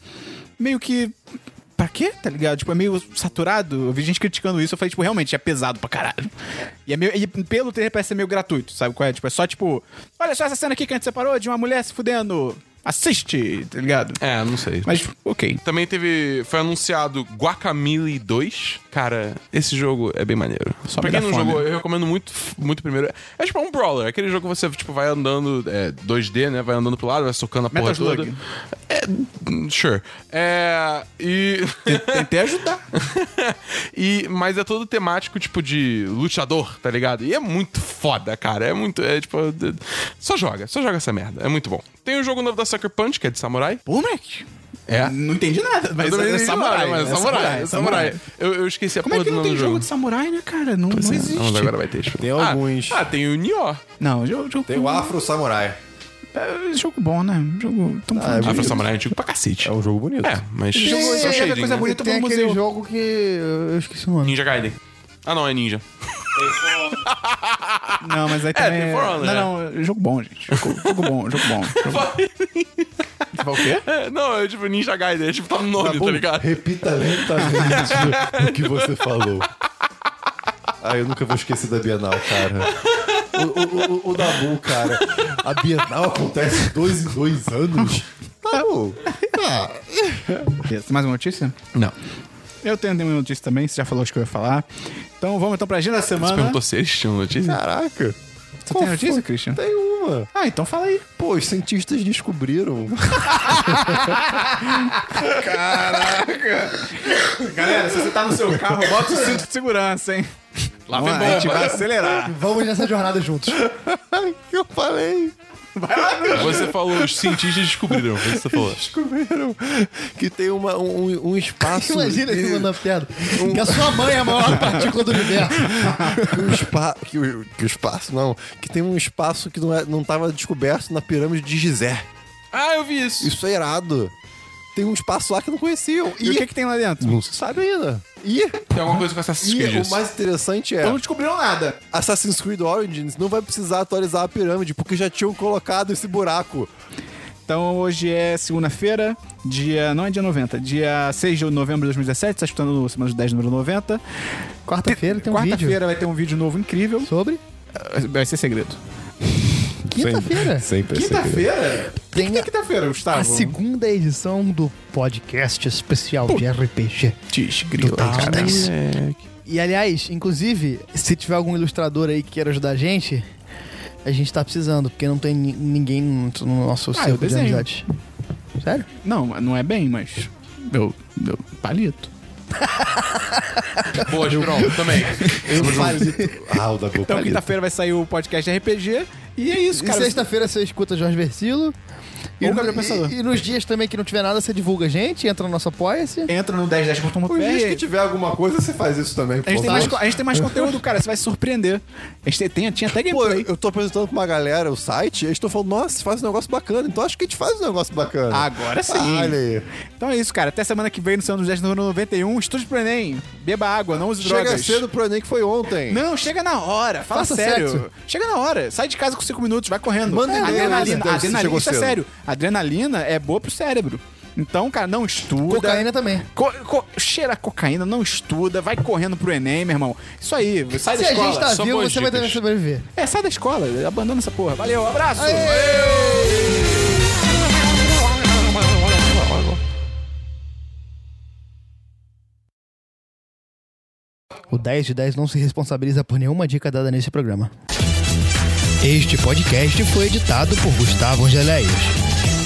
meio que. Pra quê? Tá ligado? Tipo, é meio saturado. Eu vi gente criticando isso, eu falei, tipo, realmente, é pesado pra caralho. E, é meio, e pelo trailer parece ser meio gratuito, sabe qual é? Tipo, é só, tipo, olha só essa cena aqui que a gente separou de uma mulher se fudendo. Assiste, tá ligado? É, não sei. Mas, ok. Também teve. Foi anunciado Guacamole 2. Cara, esse jogo é bem maneiro. Só pra me quem dá não fome. né? jogou, eu recomendo muito, muito primeiro. É tipo um brawler, aquele jogo que você tipo, vai andando é, 2D, né? Vai andando pro lado, vai socando a porra Metal toda. Slug. É, hum, sure. É. E. Tentei ajudar. e, mas é todo temático, tipo, de lutador, tá ligado? E é muito foda, cara. É muito. É tipo. d- Só joga, só joga essa merda. É muito bom. Tem o jogo novo da Sucker Punch, que é de samurai. Pô, moleque. É. Não entendi nada, mas Eu também é não entendi nada, samurai. mas é samurai, é samurai. Eu, eu esqueci a Como porra é que do não nome tem do jogo jogo. de samurai, né, cara? Não, não existe. Não, mas agora vai ter. tipo- Tem Ah, alguns. Ah, tem o Nioh. Não, jogo, jogo, Tem o Afro Samurai. é, jogo bom, né? Jogo tão é ah, Afro Samurai é antigo pra cacete. É um jogo bonito. É, mas... jogo- só é, shading, coisa né? bonita. Tem no aquele museu. jogo que. Eu esqueci o nome. Ninja Gaiden. Ah, não, é Ninja. Não, mas aí também... tem For Honor, não, não, é jogo bom, gente. Jogo, jogo bom, jogo bom. Jogo bom. Vai Tipo, o quê? Tá É, não, é tipo Ninja Gaiden. É tipo, tá no nome, tá, ligado? Repita lentamente o que você falou. Ah, eu nunca vou esquecer da Bienal, cara. O, o, o, o Dabu, cara. A Bienal acontece dois em dois anos? Dabu. Tem mais uma notícia? Não. Eu tenho uma notícia também, você já falou as que eu ia falar. Então vamos então pra agenda da Você semana. perguntou se eles tinham notícia? Caraca. Você tem notícia, Christian? Tem uma. Ah, então fala aí. Pô, os cientistas descobriram. Galera, se você tá no seu carro, bota o cinto de segurança, hein? Lá Vamos vem lá, a gente bomba. vai acelerar. Vamos nessa jornada juntos. Ai, que eu falei. Você falou, os cientistas descobriram. Foi isso que você falou. Descobriram que tem uma, um, um espaço. Imagina que mandou piada. Que a sua mãe é a maior partícula do universo. que, o spa, que, o, que o espaço, não. Que tem um espaço que não, é, não tava descoberto na pirâmide de Gizé. Ah, eu vi isso. Isso é irado. Tem um espaço lá que não conheciam. E o que que tem lá dentro? Não se sabe ainda. E, Tem alguma coisa com Assassin's e Creed. o isso. mais interessante é... Então não descobriram nada. Assassin's Creed Origins não vai precisar atualizar a pirâmide, porque já tinham colocado esse buraco. Então hoje é segunda-feira, dia. Não é dia 90, dia 6 de novembro de 2017, está tá escutando no Semana dos 10, número 90. Quarta-feira tem um vídeo Quarta-feira vai ter um vídeo novo incrível. sobre. Vai ser segredo. Quinta-feira Sempre. Quinta-feira? tem a, Quinta-feira, Gustavo. a segunda edição do podcast especial de RPG. Tis, grilo, Total. cara. E aliás, inclusive, se tiver algum ilustrador aí que queira ajudar a gente, a gente tá precisando, porque não tem ni- ninguém no no nosso eu círculo de desenho. amizade. Sério? Não, não é bem, mas. Eu. eu palito. Boa, Giron, também. Eu falei... Ah, o da Boca. Então quinta-feira vai sair o podcast RPG. E é isso, E cara. sexta-feira você escuta Jorge Versilo. E, Ou no- Gabriel Pensador. e, e nos dias também que não tiver nada, você divulga a gente, entra no nosso apoia-se. Entra no 1010.com.br. Os dias que tiver alguma coisa, você faz isso também. A gente, por tem mais, favor. co- a gente tem mais conteúdo, cara. Você vai se surpreender. A gente tem, tinha até Pô, gameplay. eu, eu tô apresentando pra uma galera o site, eles estão falando, nossa, faz um negócio bacana. Então acho que a gente faz um negócio bacana. Agora sim. Olha aí. Então é isso, cara. Até semana que vem no São dos 10 número 91. Estude pro Enem. um. Beba água, não use Chega drogas. cedo pro Enem que foi ontem. Não, chega na hora. Fala Faça sério. sexo. Chega na hora. Sai de casa com 5 minutos, vai correndo. É, Manda e-mail, né? adrenalina, Então, se adrenalina, chegou isso é cedo. sério. Adrenalina é boa pro cérebro. Então, cara, não estuda. Cocaína também. Co- co- cheira a cocaína, não estuda, vai correndo pro Enem, meu irmão. Isso aí, sai Se Assim da a escola. gente tá só vivo, você boas vai dicas. tentar sobreviver. É, sai da escola, abandona essa porra. Valeu, abraço! O 10 de 10 não se responsabiliza por nenhuma dica dada nesse programa. Este podcast foi editado por Gustavo Angeléias.